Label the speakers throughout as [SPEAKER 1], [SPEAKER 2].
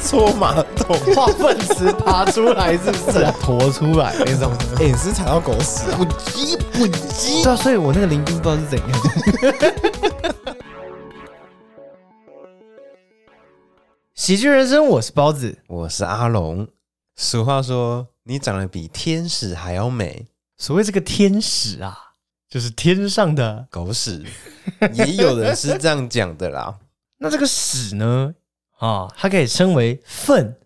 [SPEAKER 1] 搓马桶
[SPEAKER 2] 化粪池爬出来是不 是、啊？
[SPEAKER 3] 驮出来那种。
[SPEAKER 1] 哎、你是踩到狗屎啊？
[SPEAKER 3] 不鸡不鸡。对啊，所以我那个邻居不知道是怎样。 喜剧人生，我是包子。
[SPEAKER 1] 我是阿龙。俗话说，你长得比天使还要美，
[SPEAKER 3] 所谓这个天使啊，就是天上的。
[SPEAKER 1] 狗屎也有人是这样讲的啦，
[SPEAKER 3] 那这个屎呢？啊，它可以称为粪，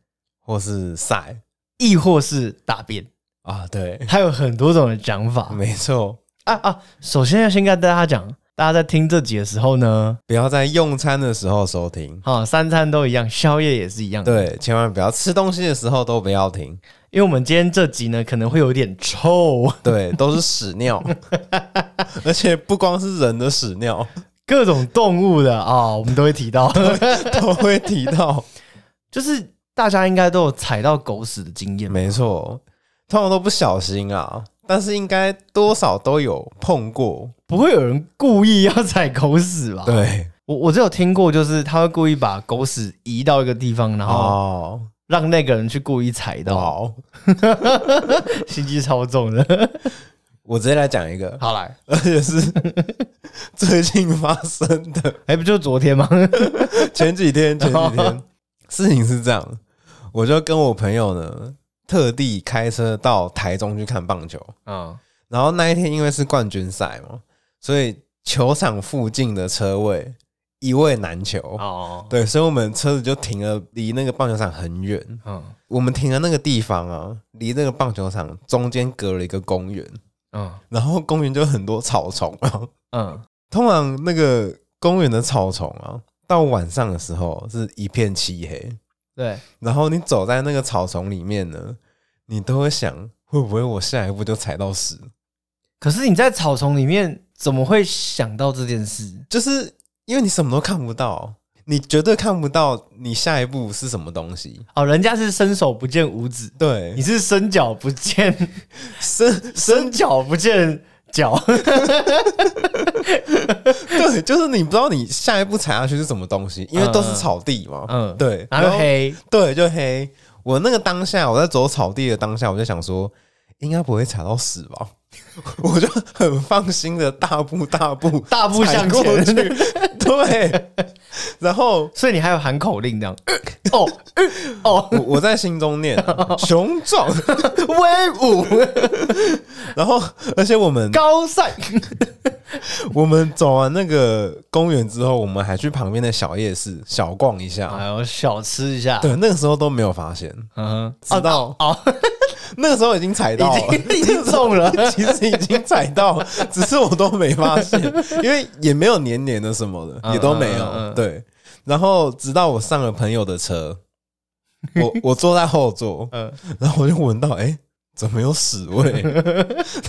[SPEAKER 1] 或是晒
[SPEAKER 3] 亦或是大便，
[SPEAKER 1] 啊，对，
[SPEAKER 3] 它有很多种的讲法
[SPEAKER 1] 没错。
[SPEAKER 3] 啊啊！首先要先跟大家讲，大家在听这集的时候呢，
[SPEAKER 1] 不要在用餐的时候收听，
[SPEAKER 3] 啊，三餐都一样，宵夜也是一样的。
[SPEAKER 1] 对，千万不要吃东西的时候都不要听，
[SPEAKER 3] 因为我们今天这集呢可能会有点臭，
[SPEAKER 1] 对，都是屎尿， 而且不光是人的屎尿
[SPEAKER 3] 各种动物的啊，我们都会提 到，
[SPEAKER 1] 都会提到，
[SPEAKER 3] 就是大家应该都有踩到狗屎的经验吧，
[SPEAKER 1] 没错，通常都不小心啊，但是应该多少都有碰过，
[SPEAKER 3] 不会有人故意要踩狗屎吧？，
[SPEAKER 1] 对，
[SPEAKER 3] 我我只有听过，就是他会故意把狗屎移到一个地方，然后
[SPEAKER 1] 哦，
[SPEAKER 3] 让那个人去故意踩到，
[SPEAKER 1] 好，
[SPEAKER 3] 心机超重的。
[SPEAKER 1] 我直接来讲一 个，
[SPEAKER 3] 好来，
[SPEAKER 1] 而且是最近发生的，
[SPEAKER 3] 哎，不就昨天吗？
[SPEAKER 1] 前几天，前几天事情是这样，我就跟我朋友呢特地开车到台中去看棒球，
[SPEAKER 3] 嗯，
[SPEAKER 1] 然后那一天因为是冠军赛嘛，所以球场附近的车位一位难求。
[SPEAKER 3] 哦，
[SPEAKER 1] 对，所以我们车子就停了，离那个棒球场很远。
[SPEAKER 3] 嗯
[SPEAKER 1] 我们停的那个地方啊，离那个棒球场中间隔了一个公园，
[SPEAKER 3] 嗯
[SPEAKER 1] 然后公园就很多草丛啊。
[SPEAKER 3] 嗯，
[SPEAKER 1] 通常那个公园的草丛啊，到晚上的时候是一片漆黑，
[SPEAKER 3] 对，
[SPEAKER 1] 然后你走在那个草丛里面呢，你都会想，会不会我下一步就踩到屎？
[SPEAKER 3] 可是你在草丛里面怎么会想到这件事？
[SPEAKER 1] 就是因为你什么都看不到，你绝对看不到你下一步是什么东西。
[SPEAKER 3] 哦，人家是伸手不见五指，
[SPEAKER 1] 对，
[SPEAKER 3] 你是伸脚不见，
[SPEAKER 1] 伸
[SPEAKER 3] 伸脚不见脚。
[SPEAKER 1] 对，就是你不知道你下一步踩下去是什么东西，因为都是草地嘛。
[SPEAKER 3] 嗯，
[SPEAKER 1] 对，
[SPEAKER 3] 然后黑，
[SPEAKER 1] 对，就黑。我那个当下，我在走草地的当下，我就想说，应该不会踩到屎吧？我就很放心的大步大步
[SPEAKER 3] 大步
[SPEAKER 1] 踩
[SPEAKER 3] 向
[SPEAKER 1] 过
[SPEAKER 3] 前
[SPEAKER 1] 去，对。然后
[SPEAKER 3] 所以你还有喊口令这样，哦哦，
[SPEAKER 1] 我我在心中念啊 雄壮，
[SPEAKER 3] 威武
[SPEAKER 1] 然后而且我们
[SPEAKER 3] 高 赛，
[SPEAKER 1] 我们走完那个公园之后，我们还去旁边的小夜市小逛一
[SPEAKER 3] 哎
[SPEAKER 1] 下。
[SPEAKER 3] 呦，小吃一下，
[SPEAKER 1] 对，那个时候都没有发现，
[SPEAKER 3] 嗯哼，
[SPEAKER 1] 直到
[SPEAKER 3] 哦，
[SPEAKER 1] 那个时候已经踩到了，
[SPEAKER 3] 已经已经中了，
[SPEAKER 1] 其实已经踩到，只是我都没发 现，因为也没有黏黏的什么的，
[SPEAKER 3] 嗯
[SPEAKER 1] 也都没有。
[SPEAKER 3] 嗯嗯嗯
[SPEAKER 1] 对，然后直到我上了朋友的车，我 我坐在后座，
[SPEAKER 3] 嗯，
[SPEAKER 1] 然后我就闻到，哎、怎么有屎味？ 然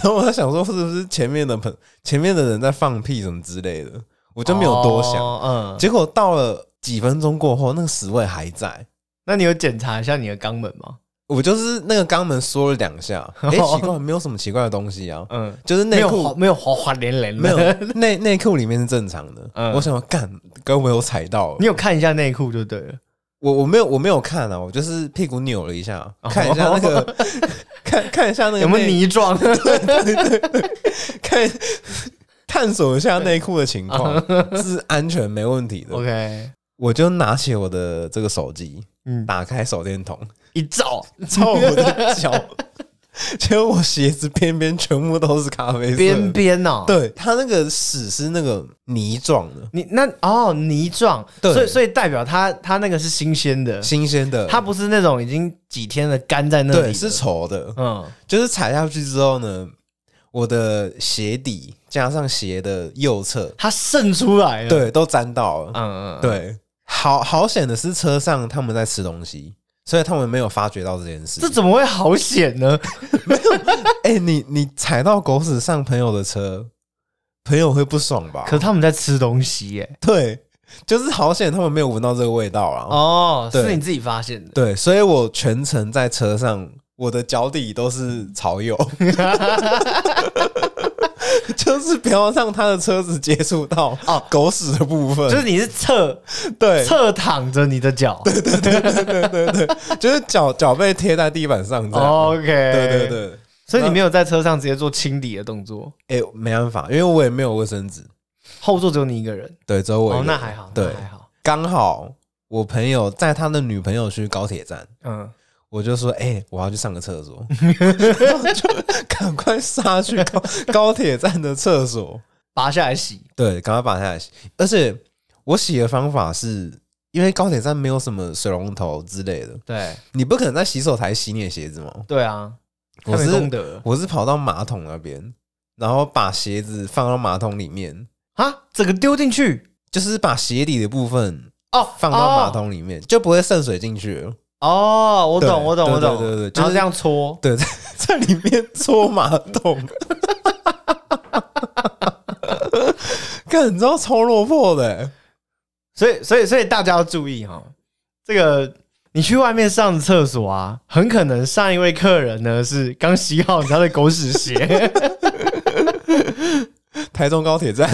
[SPEAKER 1] 后我在想说，是不是前面的朋前面的人在放屁什么之类的？我
[SPEAKER 3] 我
[SPEAKER 1] 就没有多想。
[SPEAKER 3] 嗯，
[SPEAKER 1] 结果到了几分钟过后，那个屎味还在。
[SPEAKER 3] 那你有检查一下你的肛门吗？
[SPEAKER 1] 我就是那个肛门缩了两下，哎、奇怪，没有什么奇怪的东西啊，
[SPEAKER 3] 嗯，
[SPEAKER 1] 就是内
[SPEAKER 3] 没有
[SPEAKER 1] 裤
[SPEAKER 3] 滑没有滑滑连连的
[SPEAKER 1] 没有内内裤里面是正常的。
[SPEAKER 3] 嗯
[SPEAKER 1] 我想要干，跟我有踩到
[SPEAKER 3] 你，有看一下内裤就对了。
[SPEAKER 1] 我我没有我没有看啊，我就是屁股扭了一下，看一下那个，看看一下那个
[SPEAKER 3] 有没有
[SPEAKER 1] 内
[SPEAKER 3] 泥状？
[SPEAKER 1] 看探索一下内裤的情况，是安全没问题的。
[SPEAKER 3] OK，
[SPEAKER 1] 我就拿起我的这个手机，
[SPEAKER 3] 嗯，
[SPEAKER 1] 打开手电筒，
[SPEAKER 3] 一照，
[SPEAKER 1] 照我的脚， 结果我鞋子边边全部都是咖啡色的，
[SPEAKER 3] 边边哦，，
[SPEAKER 1] 对它那个屎是那个泥状的，
[SPEAKER 3] 你那哦泥状，
[SPEAKER 1] 对
[SPEAKER 3] 所以所以代表它它那个是新鲜的，
[SPEAKER 1] 新鲜的，
[SPEAKER 3] 它不是那种已经几天的干在那里
[SPEAKER 1] 对
[SPEAKER 3] 的，
[SPEAKER 1] 是稠的，
[SPEAKER 3] 嗯
[SPEAKER 1] 就是踩下去之后呢，我的鞋底加上鞋的右侧，
[SPEAKER 3] 它渗出来了，，
[SPEAKER 1] 对，都沾到了。
[SPEAKER 3] 嗯嗯，
[SPEAKER 1] 对，好好险的是车上他们在吃东西，所以他们没有发觉到这件事
[SPEAKER 3] 这。怎么会好险呢？
[SPEAKER 1] 哎、你你踩到狗屎上朋友的车，朋友会不爽吧？
[SPEAKER 3] 可是他们在吃东西耶，
[SPEAKER 1] 对，就是好险他们没有闻到这个味道啊。
[SPEAKER 3] 哦，
[SPEAKER 1] 对
[SPEAKER 3] 是你自己发现的，
[SPEAKER 1] 对，所以我全程 在车上，我的脚底都是草油， 就是不要让他的车子接触到
[SPEAKER 3] 哦
[SPEAKER 1] 狗屎的部分，
[SPEAKER 3] 就是你是侧
[SPEAKER 1] 对，
[SPEAKER 3] 侧躺着你的脚。
[SPEAKER 1] 就是脚脚背贴在地板上这样。
[SPEAKER 3] 哦 OK，
[SPEAKER 1] 对对，对，
[SPEAKER 3] 所以你没有在车上直接做清理的动作，
[SPEAKER 1] 哎、没办法，因为我也没有卫生纸，
[SPEAKER 3] 后座只有你一个人。
[SPEAKER 1] 对，只有我一个
[SPEAKER 3] 哦，
[SPEAKER 1] 人
[SPEAKER 3] 那还好，
[SPEAKER 1] 对
[SPEAKER 3] 那还好。
[SPEAKER 1] 刚好我朋友在他的女朋友去高铁站，
[SPEAKER 3] 嗯，
[SPEAKER 1] 我就说：“哎、我要去上个厕所， 然后就赶快杀去高高铁站的厕所。
[SPEAKER 3] 拔下来洗。
[SPEAKER 1] 对，赶快把它洗。而且我洗的方法是因为高铁站没有什么水龙头之类的，
[SPEAKER 3] 对
[SPEAKER 1] 你不可能在洗手台洗你的鞋子嘛。
[SPEAKER 3] 对啊，
[SPEAKER 1] 我
[SPEAKER 3] 太没功
[SPEAKER 1] 是
[SPEAKER 3] 德
[SPEAKER 1] 我是跑到马桶那边，然后把鞋子放到马桶里面，
[SPEAKER 3] 啊，整个丢进去
[SPEAKER 1] 就是把鞋底的部分
[SPEAKER 3] 哦，
[SPEAKER 1] 放到马
[SPEAKER 3] 哦
[SPEAKER 1] 桶里面，就不会渗水进去了。
[SPEAKER 3] 哦，我
[SPEAKER 1] 对
[SPEAKER 3] 懂，我懂，
[SPEAKER 1] 对
[SPEAKER 3] 我懂，
[SPEAKER 1] 对对对就是
[SPEAKER 3] 然后这样搓，
[SPEAKER 1] 对，在在里面搓马桶，干，你知道超落魄的、欸，
[SPEAKER 3] 所以，所以，所以大家要注意哈，这个你去外面上厕所啊，很可能上一位客人呢是刚洗好他的狗屎鞋。
[SPEAKER 1] 台中高铁站，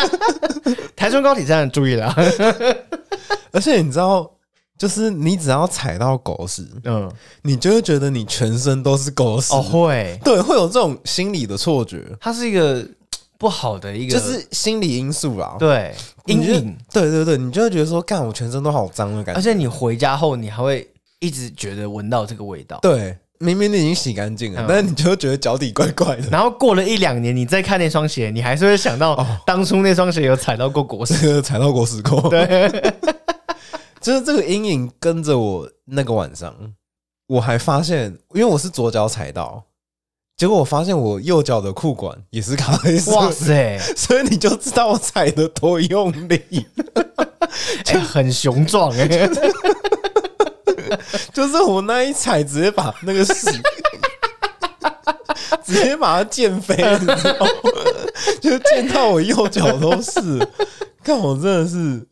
[SPEAKER 3] 台中高铁站注意了，
[SPEAKER 1] 而且你知道，就是你只要踩到狗屎，
[SPEAKER 3] 嗯，
[SPEAKER 1] 你就会觉得你全身都是狗屎，
[SPEAKER 3] 哦会，
[SPEAKER 1] 对，会有这种心理的错觉，
[SPEAKER 3] 它是一个不好的一个，
[SPEAKER 1] 就是心理因素啦，
[SPEAKER 3] 对
[SPEAKER 1] 你
[SPEAKER 3] 阴
[SPEAKER 1] 就
[SPEAKER 3] 影，，
[SPEAKER 1] 对对对，你就会觉得说，干，我全身都好脏的感
[SPEAKER 3] 而
[SPEAKER 1] 觉，
[SPEAKER 3] 且你回家后你还会一直觉得闻到这个味道。
[SPEAKER 1] 对，明明你已经洗干净了
[SPEAKER 3] 嗯，
[SPEAKER 1] 但是你就会觉得脚底怪怪的，
[SPEAKER 3] 然后过了一两年，你再看那双鞋，你还是会想到当初那双鞋有踩到过狗屎。
[SPEAKER 1] 这个踩到狗屎沟，
[SPEAKER 3] 对，
[SPEAKER 1] 就是这个阴影跟着我那个晚上，我还发现，因为我是左脚踩到，结果我发现我右脚的裤管也是卡黑色，
[SPEAKER 3] 哇塞，
[SPEAKER 1] 所以你就知道我踩的多用力，
[SPEAKER 3] 哎很雄壮哎、
[SPEAKER 1] 就是我那一踩直接把那个屎。直接把它溅飞，你知道吗？就溅到我右脚都是。看我真的是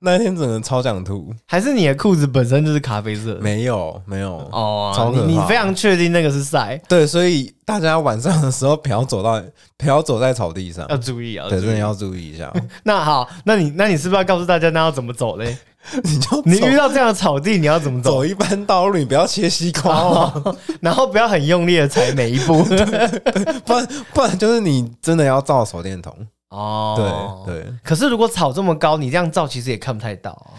[SPEAKER 1] 那天整个超想吐，
[SPEAKER 3] 还是你的裤子本身就是咖啡色的？
[SPEAKER 1] 没有没有
[SPEAKER 3] 哦
[SPEAKER 1] 超可
[SPEAKER 3] 你你
[SPEAKER 1] 怕
[SPEAKER 3] 非常确定那个是晒？
[SPEAKER 1] 对，所以大家晚上的时候不要走到， 不要走在草地上，
[SPEAKER 3] 要注意啊！
[SPEAKER 1] 呃对，
[SPEAKER 3] 注
[SPEAKER 1] 真的
[SPEAKER 3] 意。
[SPEAKER 1] 要注意一下哦。
[SPEAKER 3] 那好，那你那你是不是要告诉大家那要怎么走嘞？
[SPEAKER 1] 你就
[SPEAKER 3] 你
[SPEAKER 1] 走
[SPEAKER 3] 遇到这样的草地，你要怎么走？
[SPEAKER 1] 走一般道路，你不要切西瓜 哦，
[SPEAKER 3] 哦，然后不要很用力的踩每一 步。
[SPEAKER 1] 不然不然就是你真的要照手电筒。
[SPEAKER 3] 哦，
[SPEAKER 1] 对对，
[SPEAKER 3] 可是如果草这么高，你这样照其实也看不太到啊，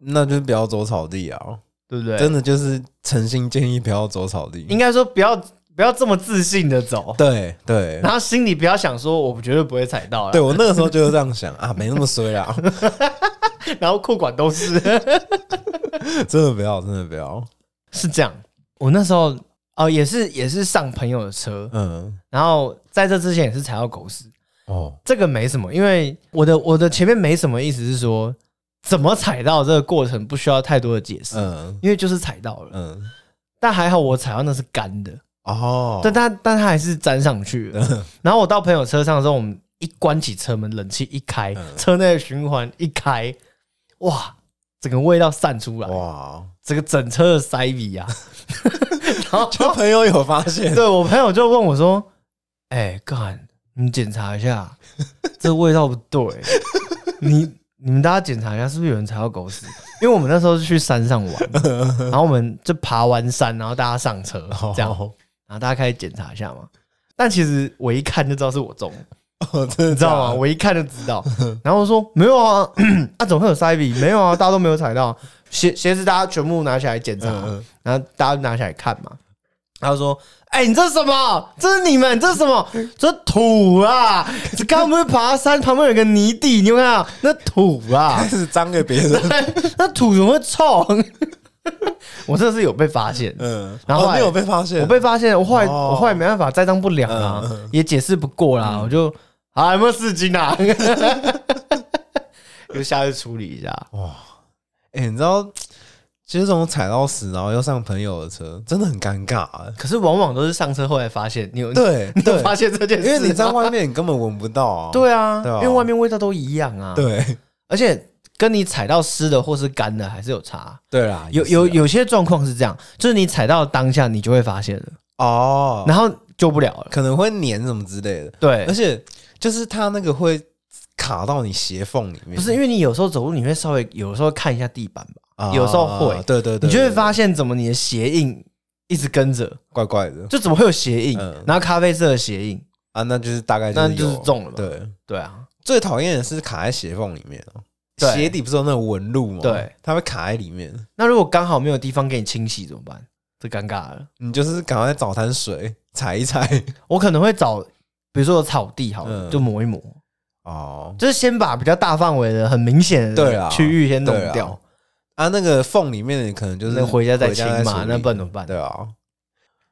[SPEAKER 1] 那就是不要走草地啊！
[SPEAKER 3] 对不对？
[SPEAKER 1] 真的就是诚心建议不要走草
[SPEAKER 3] 应
[SPEAKER 1] 地。
[SPEAKER 3] 该说不要不要这么自信的走，
[SPEAKER 1] 对对
[SPEAKER 3] 然后心里不要想说我绝对不会踩到啦
[SPEAKER 1] 对，，我那个时候就是这样想啊，没那么衰啦，
[SPEAKER 3] 然后裤管都是。
[SPEAKER 1] 真的不要，真的不要。
[SPEAKER 3] 是这样，我那时候哦也是也是上朋友的车，
[SPEAKER 1] 嗯，
[SPEAKER 3] 然后在这之前也是踩到狗屎，
[SPEAKER 1] 哦，
[SPEAKER 3] 这个没什么，因为我的我的前面没什么意思是说怎么踩到这个过程不需要太多的解释，
[SPEAKER 1] 嗯
[SPEAKER 3] 因为就是踩到了，
[SPEAKER 1] 嗯，
[SPEAKER 3] 但还好我踩到那是干的，
[SPEAKER 1] 哦，
[SPEAKER 3] 但但但它还是粘上去
[SPEAKER 1] 嗯
[SPEAKER 3] 了。然后我到朋友车上的时候，我们一关起车门，冷气一开，
[SPEAKER 1] 嗯
[SPEAKER 3] 车内的循环一开，哇，整个味道散出来，
[SPEAKER 1] 哇，
[SPEAKER 3] 整个整车的塞鼻啊， 然后
[SPEAKER 1] 就朋友有发现，
[SPEAKER 3] 对我朋友就问我说：“哎、干，你检查一下，这味道不对，你你们大家检查一下，是不是有人踩到狗屎？因为我们那时候是去山上玩，然后我们就爬完山，然后大家上车，这样，
[SPEAKER 1] 哦
[SPEAKER 3] 然后大家开始检查一下嘛。但其实我一看就知道是我中，
[SPEAKER 1] 哦真的
[SPEAKER 3] 你知道吗？我一看就知 道。然后我说没有啊， 啊怎么会有塞比？没有啊，大家都没有踩到鞋鞋子，大家全部拿起来检查。
[SPEAKER 1] 嗯嗯
[SPEAKER 3] 然后大家拿起来看嘛，他就说：“哎、你这什么？这是你们，这是什么？这土啊！这刚刚不是爬山旁边有个泥地，你有没有看 到那土啊
[SPEAKER 1] 开？始脏给别人。
[SPEAKER 3] 那土怎么会臭？” 我真的是有被发现，
[SPEAKER 1] 嗯，
[SPEAKER 3] 然后
[SPEAKER 1] 哦
[SPEAKER 3] 后来
[SPEAKER 1] 你有被发现，
[SPEAKER 3] 我被发现，我后来、
[SPEAKER 1] 哦嗯
[SPEAKER 3] 我后来没办法，栽赃不良啊，也解释不过啦，我就啊有没有四斤 啊？就下次处理一下，
[SPEAKER 1] 哎、你知道，其实这种踩到屎，然后又上朋友的车，真的很尴尬、啊。
[SPEAKER 3] 可是往往都是上车后来发现，你有
[SPEAKER 1] 对
[SPEAKER 3] 你有
[SPEAKER 1] 对
[SPEAKER 3] 发现这件
[SPEAKER 1] 因
[SPEAKER 3] 事吗，
[SPEAKER 1] 为你在外面，你根本闻不到啊。
[SPEAKER 3] 对啊，
[SPEAKER 1] 对啊
[SPEAKER 3] 因为外面味道都一样啊。，
[SPEAKER 1] 对
[SPEAKER 3] 而且跟你踩到湿的或是干的还是有差。
[SPEAKER 1] 对啦，
[SPEAKER 3] 有
[SPEAKER 1] 也是啊
[SPEAKER 3] 有有些状况是这样，就是你踩到当下你就会发现了，
[SPEAKER 1] 哦，
[SPEAKER 3] 然后救不了了。
[SPEAKER 1] 可能会粘什么之类的，
[SPEAKER 3] 对
[SPEAKER 1] 而，且就是它那个会卡到你鞋缝里面，
[SPEAKER 3] 不是因为你有时候走路，你会稍微有时候看一下地板吧，
[SPEAKER 1] 啊
[SPEAKER 3] 有时候会
[SPEAKER 1] 对对对，
[SPEAKER 3] 你就会
[SPEAKER 1] 对
[SPEAKER 3] 发现怎么你的鞋印一直跟着，
[SPEAKER 1] 怪怪的
[SPEAKER 3] 就怎么会有鞋印
[SPEAKER 1] 嗯，
[SPEAKER 3] 然后咖啡色的鞋印，
[SPEAKER 1] 啊，那就是大概
[SPEAKER 3] 那
[SPEAKER 1] 就
[SPEAKER 3] 就是是
[SPEAKER 1] 有
[SPEAKER 3] 中了嘛。
[SPEAKER 1] 对，
[SPEAKER 3] 对啊，
[SPEAKER 1] 最讨厌的是卡在鞋缝里面哦，
[SPEAKER 3] 对
[SPEAKER 1] 鞋底不是有那种纹路吗？
[SPEAKER 3] 对，
[SPEAKER 1] 它会卡在里面，
[SPEAKER 3] 那如果刚好没有地方给你清洗怎么办？这尴尬了。
[SPEAKER 1] 你就是赶快找滩水踩一踩
[SPEAKER 3] 我可能会找，比如说有草地好了，
[SPEAKER 1] 嗯
[SPEAKER 3] 就磨一磨，
[SPEAKER 1] 哦。
[SPEAKER 3] 就是先把比较大范围的、很明显
[SPEAKER 1] 对啊
[SPEAKER 3] 的区域先弄
[SPEAKER 1] 对啊
[SPEAKER 3] 掉。
[SPEAKER 1] 啊，那个缝里面你可能就是
[SPEAKER 3] 那回家再
[SPEAKER 1] 回
[SPEAKER 3] 清
[SPEAKER 1] 再
[SPEAKER 3] 嘛
[SPEAKER 1] 处
[SPEAKER 3] 那
[SPEAKER 1] 理
[SPEAKER 3] 不然怎么办
[SPEAKER 1] 对啊，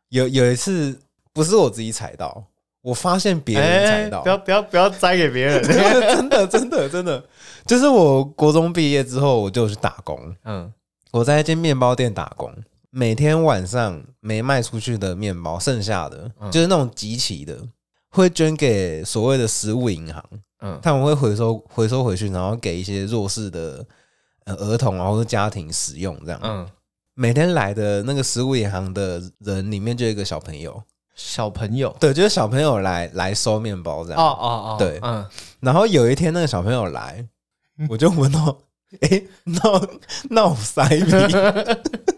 [SPEAKER 1] 有有一次不是我自己踩到，我发现别啊人
[SPEAKER 3] 哎，
[SPEAKER 1] 踩到，
[SPEAKER 3] 不要不要不要摘给别人。
[SPEAKER 1] 真的 真的真的，就是我国中毕业之后，我就去打工，
[SPEAKER 3] 嗯，
[SPEAKER 1] 我在一间面包店打工，每天晚上没卖出去的面包，剩下的、
[SPEAKER 3] 嗯
[SPEAKER 1] 就是那种集齐的，会捐给所谓的食物银行，
[SPEAKER 3] 嗯，
[SPEAKER 1] 他们会回收回收回去，然后给一些弱势的呃儿童啊或者家庭使用这样。
[SPEAKER 3] 嗯，
[SPEAKER 1] 每天来的那个食物银行的人里面就有一个小朋友，
[SPEAKER 3] 小朋友，
[SPEAKER 1] 对，就是小朋友来来收面包这样。
[SPEAKER 3] 哦哦哦，
[SPEAKER 1] 对
[SPEAKER 3] 嗯，
[SPEAKER 1] 然后有一天那个小朋友来，我就闻 到，哎、闹闹塞鼻。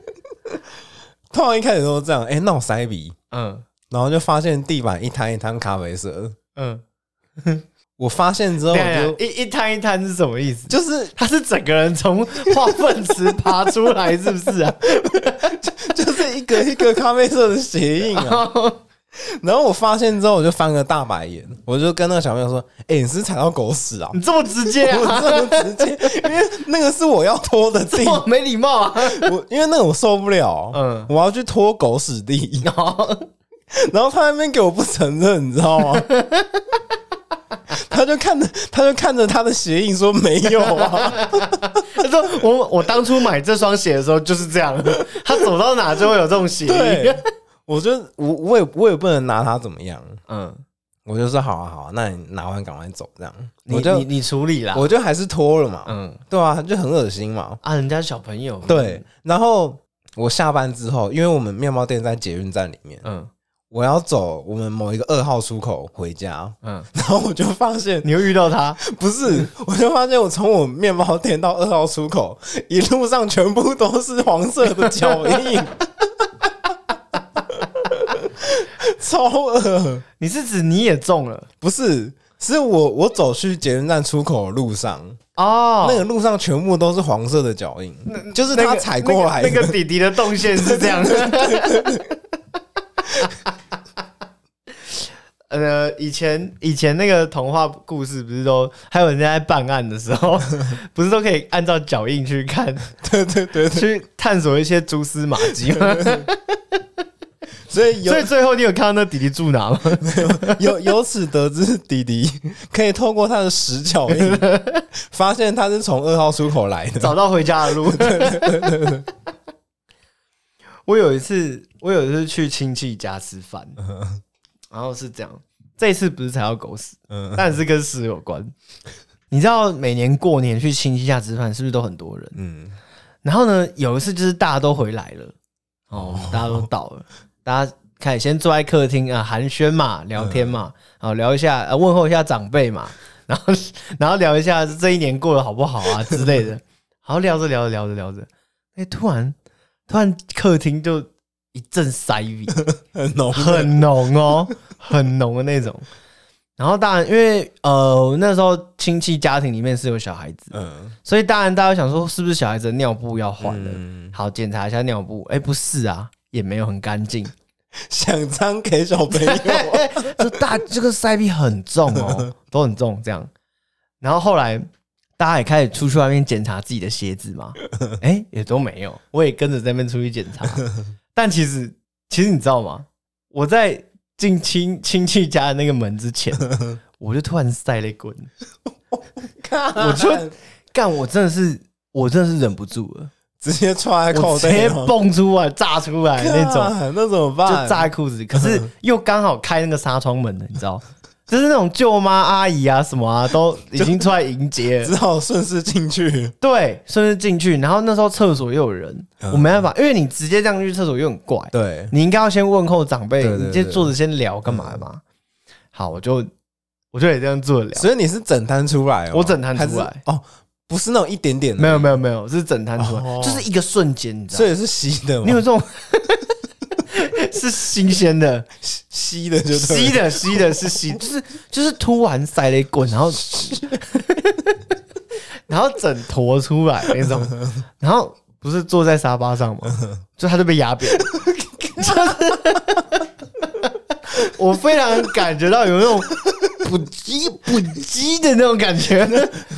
[SPEAKER 1] 通常一开始都是这样，哎、闹塞鼻，
[SPEAKER 3] 嗯
[SPEAKER 1] 然后就发现地板一滩一滩咖啡色。
[SPEAKER 3] 嗯，
[SPEAKER 1] 我发现之后
[SPEAKER 3] 对
[SPEAKER 1] 我
[SPEAKER 3] 呀，
[SPEAKER 1] 就
[SPEAKER 3] 一一摊一摊是什么意思？
[SPEAKER 1] 就是
[SPEAKER 3] 他是整个人从化粪池爬出来，是不是 啊？
[SPEAKER 1] 就是一个一 个咖啡色的鞋印啊。 然后我发现之后，我就翻个大白眼，我就跟那个小朋友说：“哎、你是不是踩到狗屎啊
[SPEAKER 3] 你这么直接？”
[SPEAKER 1] 我
[SPEAKER 3] 啊，
[SPEAKER 1] 这么直接，因为那个是我要拖的地
[SPEAKER 3] 这，么没礼貌啊！
[SPEAKER 1] 我因为那个我受不了，嗯
[SPEAKER 3] 嗯，
[SPEAKER 1] 我要去拖狗屎地。 然后他那边给我不承认，你知道吗？ 他就看着，他就看着他的鞋印说没有 啊，
[SPEAKER 3] 他说我我当初买这双鞋的时候就是这样， 他走到哪就会有这种鞋。
[SPEAKER 1] 对，我就我我也我也不能拿他怎么样，
[SPEAKER 3] 嗯，
[SPEAKER 1] 我就说好啊好啊，那你拿完赶快走这样，
[SPEAKER 3] 你
[SPEAKER 1] 我就
[SPEAKER 3] 你你处理啦。
[SPEAKER 1] 我就还是拖了嘛，
[SPEAKER 3] 嗯
[SPEAKER 1] 对啊，就很恶心嘛，
[SPEAKER 3] 啊，人家是小朋友。，
[SPEAKER 1] 对，然后我下班之后，因为我们面包店在捷运站里面，
[SPEAKER 3] 嗯
[SPEAKER 1] 我要走我们某一个二号出口回家，
[SPEAKER 3] 嗯，
[SPEAKER 1] 然后我就发现
[SPEAKER 3] 你会遇到他，
[SPEAKER 1] 不
[SPEAKER 3] 嗯
[SPEAKER 1] 是，我就发现我从我面包店到二号出口，一路上全部都是黄色的脚印， 超恶。
[SPEAKER 3] 你是指你也中了
[SPEAKER 1] 不是，是我我走去捷运站出口的路上，
[SPEAKER 3] 哦
[SPEAKER 1] 那个路上全部都是黄色的脚印，就是他踩过来的。
[SPEAKER 3] 那个那个弟弟的动线是这 样。呃，以前以前那个童话故事不是都还有人家在办案的时 候，不是都可以按照脚印去 看，
[SPEAKER 1] 对对对对，
[SPEAKER 3] 去探索一些蛛丝马迹吗？
[SPEAKER 1] 所以由
[SPEAKER 3] 所以最 后你有看到那弟弟住哪 吗？
[SPEAKER 1] 由由此得知，弟弟可以透过他的石 脚印，发现他是从二号出口来的。
[SPEAKER 3] 找到回家的路。 我有一次，我有一次去亲戚家吃饭，然后是这样，这一次不是踩到狗屎，
[SPEAKER 1] 嗯
[SPEAKER 3] 但是跟屎有关。你知道每年过年去亲戚家吃饭是不是都很多人？
[SPEAKER 1] 嗯，
[SPEAKER 3] 然后呢，有一次就是大家都回来了，哦，大家都到了，大家开始先坐在客厅啊，寒暄嘛，聊天嘛，啊、聊一下，呃，问候一下长辈嘛，然后然后聊一下这一年过得好不好啊之类的。好，聊着聊着聊着聊着，哎，突然突然客厅就一阵塞鼻，
[SPEAKER 1] 很浓
[SPEAKER 3] 很浓哦，很浓的那种。然后当然，因为呃那时候亲戚家庭里面是有小孩子，
[SPEAKER 1] 嗯，
[SPEAKER 3] 所以当然大家想说是不是小孩子的尿布要换了？
[SPEAKER 1] 嗯
[SPEAKER 3] 好，检查一下尿布，哎、不是啊，也没有很干净。
[SPEAKER 1] 想张给小 朋友，
[SPEAKER 3] 哎这大这个塞壁很重哦，都很重这样。然后后来大家也开始出去外面检查自己的鞋子嘛，哎、也都没有，我也跟着在那边出去检查。但其实，其实你知道吗？我在进亲亲戚家的那个门之前，我就突然塞了一滚，
[SPEAKER 1] 看
[SPEAKER 3] 我就干，我真的是，我真的是忍不住了，
[SPEAKER 1] 直接穿在
[SPEAKER 3] 我
[SPEAKER 1] 口
[SPEAKER 3] 直
[SPEAKER 1] 袋
[SPEAKER 3] 接
[SPEAKER 1] 里
[SPEAKER 3] 蹦出来，炸出来那种。
[SPEAKER 1] 干那怎么
[SPEAKER 3] 就
[SPEAKER 1] 办？
[SPEAKER 3] 炸在裤子里，可是又刚好开那个纱窗门的，你知道， 就是那种舅妈、阿姨啊什么啊， 都已经出来迎接了。
[SPEAKER 1] 只好顺势进去。
[SPEAKER 3] 对，顺便进去，然后那时候厕所又有人，
[SPEAKER 1] 嗯
[SPEAKER 3] 我没办法，因为你直接这样去厕所又很怪。
[SPEAKER 1] 对，
[SPEAKER 3] 你应该要先问候长辈，
[SPEAKER 1] 对对对
[SPEAKER 3] 你先坐着先聊干嘛嘛？好，我就我就也这样坐着聊，
[SPEAKER 1] 所以你是整摊出来哦，
[SPEAKER 3] 我整摊出来
[SPEAKER 1] 还是哦，不是那种一点点的，
[SPEAKER 3] 没有没有没有，是整摊出来，
[SPEAKER 1] 哦
[SPEAKER 3] 就是一个瞬间，你知道
[SPEAKER 1] 所
[SPEAKER 3] 吗？
[SPEAKER 1] 以是吸的嘛，
[SPEAKER 3] 你有这种 是新鲜的，
[SPEAKER 1] 吸的就对了
[SPEAKER 3] 吸的吸的是吸，就是就是突然塞了一棍，然后然后整坨出来那种，然后不是坐在沙发上吗？就他就被压扁了，就是我非常感觉到有那种不羁不羁的那种感觉。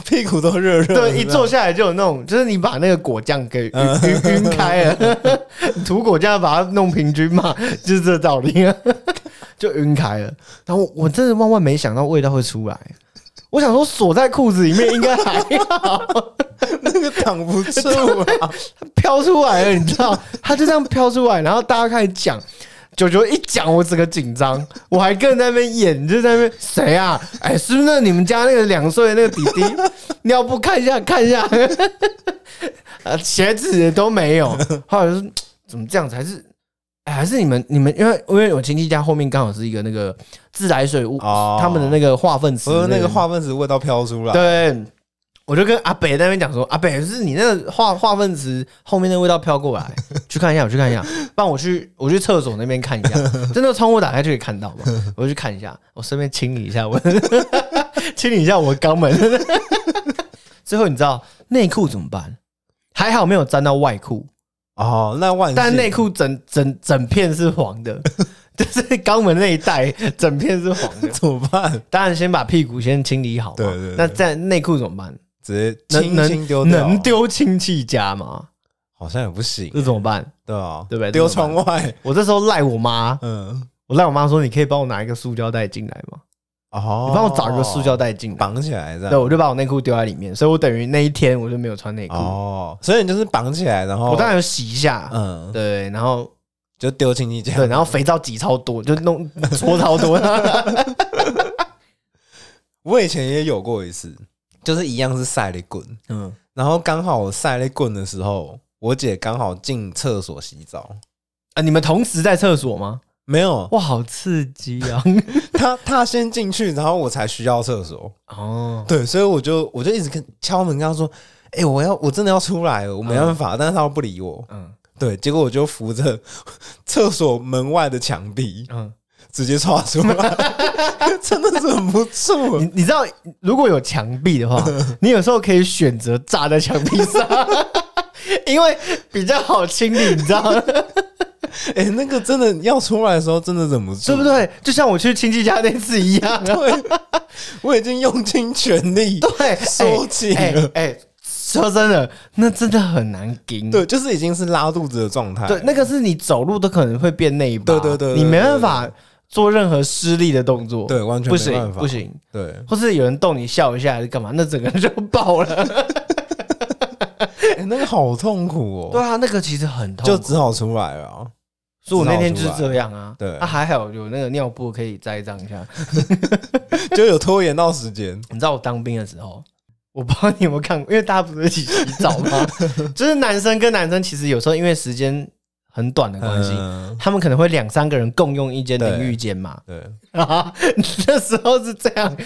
[SPEAKER 1] 屁股都热热的，
[SPEAKER 3] 对，一坐下来就有那种，就是你把那个果酱给晕晕晕开了， 你涂果酱把它弄平均嘛，就是这道理， 就晕开了。然后我我真的万万没想到味道会出来，我想说锁在裤子里面应该还好，
[SPEAKER 1] 那个挡不住啊，
[SPEAKER 3] 飘出来了，你知道，它就这样飘出来，然后大家开始讲。九九一讲，我整个紧张，我还跟在那边演，就在那边谁啊？哎、是不是那你们家那个两岁的那个弟 弟？你要不看一下看一下？ 啊，鞋子也都没有。后来就说怎么这样子？还是、哎还是你们你们因为因为我亲戚家后面刚好是一个那个自来水屋，
[SPEAKER 1] 哦
[SPEAKER 3] 他们的那个化粪池
[SPEAKER 1] 所哦以，那个
[SPEAKER 3] 化。
[SPEAKER 1] 化粪池味道飘出来，
[SPEAKER 3] 对，我就跟阿北在那边讲说，阿北是你那个化化粪池后面那味道飘过来， 去看一下，我去看一下，不然我去我去厕所那边看一下，真的窗户打开就可以看到 嘛，我就去看一下，我顺便清理一下我， 清理一下我肛门。 最后你知道内裤怎么办？还好没有沾到外裤，
[SPEAKER 1] 哦，那万幸
[SPEAKER 3] 但内裤整整整片是黄的， 就是肛门那一带整片是黄的。
[SPEAKER 1] 怎么办？
[SPEAKER 3] 当然先把屁股先清理好嘛，
[SPEAKER 1] 对对对
[SPEAKER 3] 那在内裤怎么办？
[SPEAKER 1] 直接
[SPEAKER 3] 能
[SPEAKER 1] 轻轻丢
[SPEAKER 3] 能
[SPEAKER 1] 掉，
[SPEAKER 3] 能丢亲戚家 吗？
[SPEAKER 1] 好像也不行，
[SPEAKER 3] 这怎么办？
[SPEAKER 1] 对啊，
[SPEAKER 3] 对不对
[SPEAKER 1] 丢窗外，
[SPEAKER 3] 我这时候赖我妈，
[SPEAKER 1] 嗯，
[SPEAKER 3] 我赖我妈说，你可以帮我拿一个塑胶袋进来吗？
[SPEAKER 1] 哦，
[SPEAKER 3] 你帮我找一个塑胶袋进来。
[SPEAKER 1] 绑起来这
[SPEAKER 3] 对，
[SPEAKER 1] 样，
[SPEAKER 3] 我就把我内裤丢在里面，所以我等于那一天我就没有穿内裤。
[SPEAKER 1] 哦，所以你就是绑起来，然后
[SPEAKER 3] 我当然有洗一下，
[SPEAKER 1] 嗯，
[SPEAKER 3] 对，然后
[SPEAKER 1] 就丢进去这
[SPEAKER 3] 对，啊
[SPEAKER 1] 样，
[SPEAKER 3] 然后肥皂挤超多，就弄 搓超多。
[SPEAKER 1] 我以前也有过一次，就是一样是晒了滚，
[SPEAKER 3] 嗯，
[SPEAKER 1] 然后刚好我晒了滚的时候，我姐刚好进厕所洗澡，
[SPEAKER 3] 啊，你们同时在厕所吗？
[SPEAKER 1] 没有，
[SPEAKER 3] 哇，好刺激啊！
[SPEAKER 1] 她她先进去，然后我才需要厕所，
[SPEAKER 3] 哦，
[SPEAKER 1] 对，所以我就我就一直跟敲门跟她说，哎、我要我真的要出来了，我没办法，但是她又不理我，
[SPEAKER 3] 嗯
[SPEAKER 1] 对，结果我就扶着厕所门外的墙壁
[SPEAKER 3] 嗯，
[SPEAKER 1] 直接刷出来， 真的忍不 住
[SPEAKER 3] 你
[SPEAKER 1] 了，
[SPEAKER 3] 你知道，如果有墙壁的话， 你有时候可以选择炸在墙壁上， 因为比较好清理，你知道 吗
[SPEAKER 1] 哎、那个真的要出来的时候，真的忍不住，
[SPEAKER 3] 对不？对？就像我去亲戚家那次一样 啊，
[SPEAKER 1] 对，我已经用尽全力，
[SPEAKER 3] 对，
[SPEAKER 1] 收紧
[SPEAKER 3] 哎
[SPEAKER 1] 了
[SPEAKER 3] 哎哎说真的，那真的很难顶。
[SPEAKER 1] 对，就是已经是拉肚子的状态，
[SPEAKER 3] 对，那个是你走路都可能会变内八，
[SPEAKER 1] 对对对对
[SPEAKER 3] 你没办法做任何施力的动作，
[SPEAKER 1] 对，完全
[SPEAKER 3] 不
[SPEAKER 1] 没
[SPEAKER 3] 行
[SPEAKER 1] 办法，
[SPEAKER 3] 不，行，
[SPEAKER 1] 对，
[SPEAKER 3] 或是有人逗你笑一下还是干嘛，那整个人就爆了。
[SPEAKER 1] 哎那个好痛苦
[SPEAKER 3] 对
[SPEAKER 1] 哦，
[SPEAKER 3] 啊，那个其实很痛苦，
[SPEAKER 1] 就只好出来了啊，
[SPEAKER 3] 所以我那天就是这样啊。
[SPEAKER 1] 对
[SPEAKER 3] 啊还好有那个尿布可以栽赃一下。
[SPEAKER 1] 就有拖延到时间，
[SPEAKER 3] 你知道我当兵的时候，我不知道你有没有看过，因为大家不是一起洗澡 吗？就是男生跟男生其实有时候因为时间很短的关系。
[SPEAKER 1] 嗯，
[SPEAKER 3] 他们可能会两三个人共用一间
[SPEAKER 1] 对
[SPEAKER 3] 淋浴间嘛，
[SPEAKER 1] 对，
[SPEAKER 3] 啊， 那时候是这样，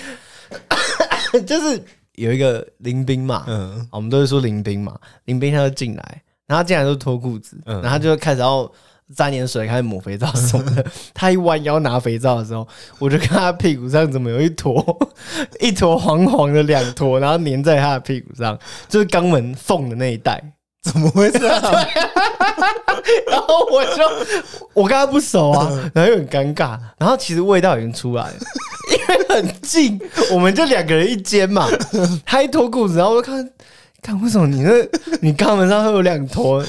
[SPEAKER 3] 就是有一个林兵嘛，
[SPEAKER 1] 嗯，
[SPEAKER 3] 啊我们都会说林兵嘛，林兵他就进来，然后他进来就脱裤子，
[SPEAKER 1] 嗯
[SPEAKER 3] 然后他就开始要沾点水，开始抹肥皂什么的。 他一弯腰拿肥皂的时候，我就看他屁股上怎么有一坨 一坨黄黄的两坨，然后粘在他的屁股上，就是肛门缝的那一带。
[SPEAKER 1] 怎么会 这样？
[SPEAKER 3] 然后我就我跟他不熟啊，然后又很尴尬，然后其实味道已经出来了，因为很近，我们就两个人一间嘛，他一脱裤子，然后我就看，看为什么你那你肛门上会有两坨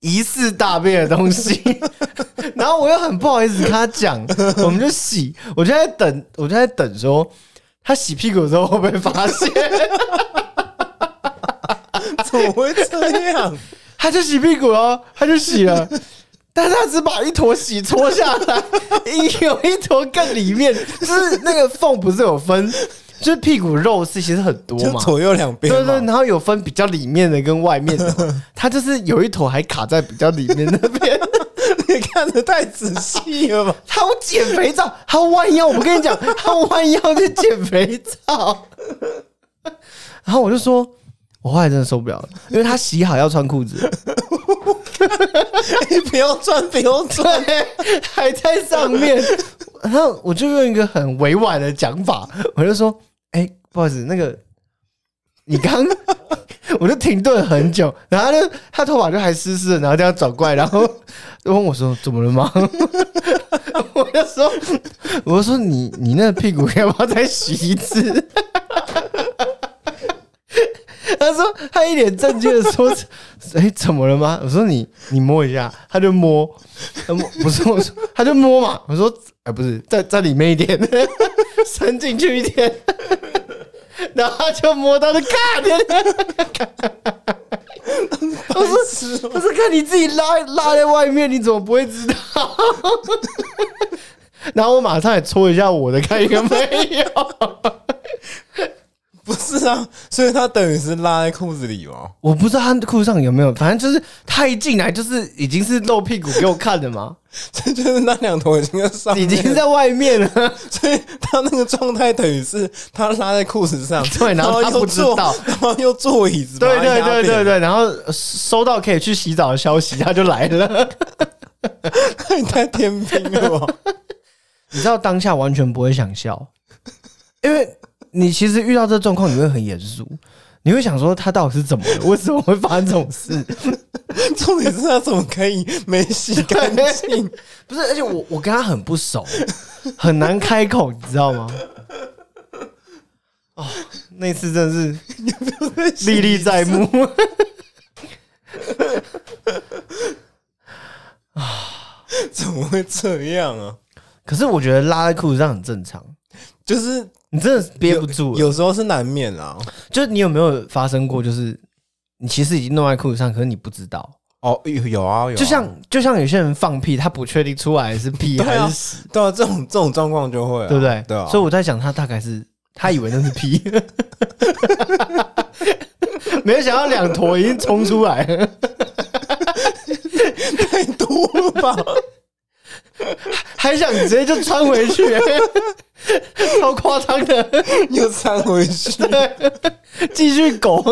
[SPEAKER 3] 疑似大便的东西， 然后我又很不好意思跟他讲，我们就洗，我就在等，我就在等说。他洗屁股的时候会不会发现？
[SPEAKER 1] 怎么会这样？
[SPEAKER 3] 他就洗屁股哦，他就洗了。
[SPEAKER 2] 但是他只把一坨屎搓下来，
[SPEAKER 3] 有一坨更里面，就是那个缝不是有分，就是屁股肉是其实很多
[SPEAKER 1] 就
[SPEAKER 3] 嘛，
[SPEAKER 1] 左右两边
[SPEAKER 3] 对对，
[SPEAKER 1] 嘛
[SPEAKER 3] 然，后有分比较里面的跟外面的嘛， 它就是有一坨还卡在比较里面那边。
[SPEAKER 1] 你看的太仔细了吧？
[SPEAKER 3] 他有减肥皂，他弯腰，我跟你讲，他弯腰去减肥皂。然后我就说，我后来真的受不了了，因为他洗好要穿裤子，
[SPEAKER 1] 你哎不用转，不用转，
[SPEAKER 3] 对，还在上面。然后我就用一个很委婉的讲法，我就说：“哎、不好意思，那个你刚…… 我就停顿很久，然后他就他头发就还湿湿的，然后这样转过来，然后就问我说：‘怎么了吗？’ 我就说：‘我就说你你那个屁股要不要再洗一次？’ 他说他一脸震惊的说：“ 哎、怎么了吗？”我说你你摸一下，他就摸，他摸不是我说他就摸嘛。我说哎、不是，在在里面一点， 伸进去一点， 然后他就摸到的，看你， 我说我说看你自己拉拉在外面，你怎么不会知道？ 然后我马上也搓一下我的，看有没有。
[SPEAKER 1] 不是啊，所以他等于是拉在裤子里嘛。
[SPEAKER 3] 我不知道他裤子上有没有，反正就是他一进来就是已经是露屁股给我看的 嘛，
[SPEAKER 1] 这就是那两坨已经在上
[SPEAKER 3] 已
[SPEAKER 1] 面，
[SPEAKER 3] 经在外面 了。
[SPEAKER 1] 所以他那个状态等于是他拉在裤子上，
[SPEAKER 3] 对然后他
[SPEAKER 1] 又
[SPEAKER 3] 不知
[SPEAKER 1] 坐
[SPEAKER 3] 道
[SPEAKER 1] 然后又坐椅子，
[SPEAKER 3] 对
[SPEAKER 1] 把它
[SPEAKER 3] 对
[SPEAKER 1] 压
[SPEAKER 3] 对对
[SPEAKER 1] 扁，
[SPEAKER 3] 对，然后收到可以去洗澡的消息，他就来了。
[SPEAKER 1] 太太天兵了 吧？
[SPEAKER 3] 你知道当下完全不会想笑， 因为你其实遇到这状况，你会很严肃，你会想说他到底是怎么 了，为什么会发生这种事？
[SPEAKER 1] 重点是他怎么可以没洗干净？
[SPEAKER 3] 不是，而且我我跟他很不熟， 很难开口，你知道 吗？哦，那次真的 是历历在目啊！
[SPEAKER 1] 怎么会这样啊？
[SPEAKER 3] 可是我觉得拉在裤子上很正常，
[SPEAKER 1] 就是
[SPEAKER 3] 你真的憋不住了。
[SPEAKER 1] 有时候是难免啊。
[SPEAKER 3] 就是你有没有发生过，就是你其实已经弄在裤子上，可是你不知道，
[SPEAKER 1] 哦，有有啊，有啊
[SPEAKER 3] 就像就像有些人放屁，他不确定出来是屁
[SPEAKER 1] 对啊
[SPEAKER 3] 还是屎，
[SPEAKER 1] 对啊，这种这种状况就会啊，
[SPEAKER 3] 对不对？
[SPEAKER 1] 对啊，
[SPEAKER 3] 所以我在想，他大概是他以为那是 屁，没有想到两坨已经冲出来了，
[SPEAKER 1] 太 多了 吧？
[SPEAKER 3] 还想直接就穿回去，超夸张的，
[SPEAKER 1] 又掺回去，
[SPEAKER 3] 继续拱。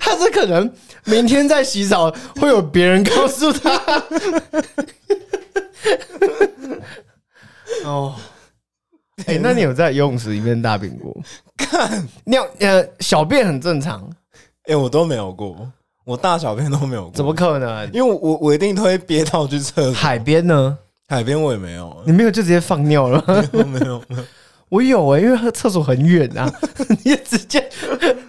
[SPEAKER 3] 他是可能明天在洗澡会有别人告诉他。 哦，哎、那你有在游泳池里面大便过？
[SPEAKER 1] 看，
[SPEAKER 3] 尿呃小便很正常，
[SPEAKER 1] 哎、我都没有过，我大小便都没有过，
[SPEAKER 3] 怎么？可能？
[SPEAKER 1] 因为我我我一定都会憋到去厕所，
[SPEAKER 3] 海边呢？
[SPEAKER 1] 海边我也没有，
[SPEAKER 3] 你没有就直接放尿了吗？
[SPEAKER 1] 我没有，没有
[SPEAKER 3] 我有哎、因为厕所很远啊， 你就直接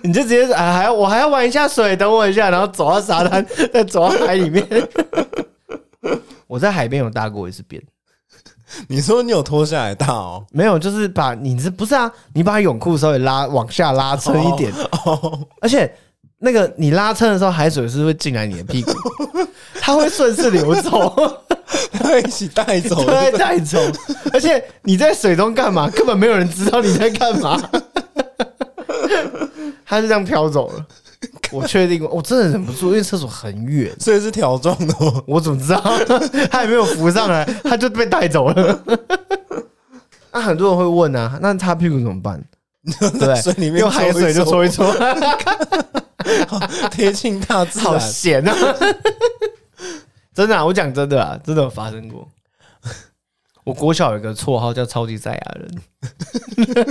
[SPEAKER 3] 你就直接啊，还要我还要玩一下水，等我一下，然后走到沙滩，再走到海里面。 我在海边有大过一次便，
[SPEAKER 1] 你说你有脱下来大哦？
[SPEAKER 3] 没有，就是把你是不是啊？你把泳裤稍微拉往下拉撑一点，
[SPEAKER 1] 哦，
[SPEAKER 3] 而且那个你拉撑的时候，海水是会进来你的屁股， 它会顺势流走。
[SPEAKER 1] 他会一起 带走，
[SPEAKER 3] 都在带走，而且你在水中干嘛？根本没有人知道你在干嘛， 他就这样飘走 了。我确定，我真的忍不住，因为厕所很远，
[SPEAKER 1] 所以是条状的哦。
[SPEAKER 3] 我怎么知道？ 他也没有浮上来，他就被带走了。 那、很多人会问啊，那擦屁股怎么 办？对不对，
[SPEAKER 1] 水里面
[SPEAKER 3] 用海水就
[SPEAKER 1] 搓
[SPEAKER 3] 搓
[SPEAKER 1] 一
[SPEAKER 3] 一搓，
[SPEAKER 1] 搓， 贴近大自
[SPEAKER 3] 好
[SPEAKER 1] 然。
[SPEAKER 3] 咸啊！ 真的、啊，我讲真的啊，真的有发生过。 我国小有一个绰号叫“超级赛亚人”，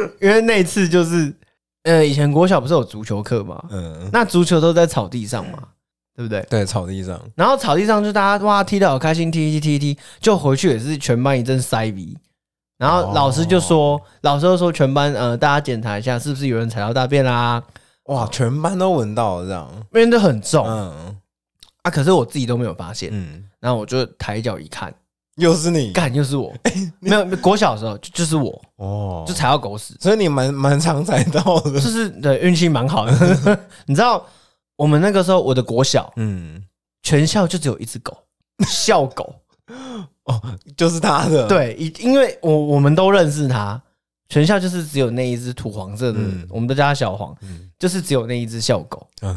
[SPEAKER 3] 因为那一次就是，呃，以前国小不是有足球课嘛，
[SPEAKER 1] 嗯，
[SPEAKER 3] 那足球都在草地上嘛，对不对？
[SPEAKER 1] 对，草地上，
[SPEAKER 3] 然后草地上就大家哇踢的好开心，踢踢踢踢，就回去也是全班一阵塞鼻。然
[SPEAKER 1] 哦
[SPEAKER 3] 后老师就说，老师就说全班呃，大家检查一下是不是有人踩到大便啦、啊
[SPEAKER 1] 哇，全班都闻到了这样。
[SPEAKER 3] 因为都很重、
[SPEAKER 1] 嗯
[SPEAKER 3] 啊，可是我自己都没有发现。
[SPEAKER 1] 嗯，
[SPEAKER 3] 然后我就抬脚一看，
[SPEAKER 1] 又是你
[SPEAKER 3] 干又是 我，没有国小的时候就就是我，
[SPEAKER 1] 哎哦
[SPEAKER 3] 就，踩到狗屎，
[SPEAKER 1] 所以你蛮蛮常踩到的
[SPEAKER 3] 就。是对运气蛮好的。你知道我们那个时候我的国小
[SPEAKER 1] 嗯，
[SPEAKER 3] 全校就只有一只 狗，校狗。
[SPEAKER 1] 哦，就是他的，，
[SPEAKER 3] 对，以因为我我们都认识它，全校就是只有那一只土黄色的，
[SPEAKER 1] 嗯
[SPEAKER 3] 我们都叫它小黄，
[SPEAKER 1] 嗯
[SPEAKER 3] 就是只有那一只校狗。
[SPEAKER 1] 嗯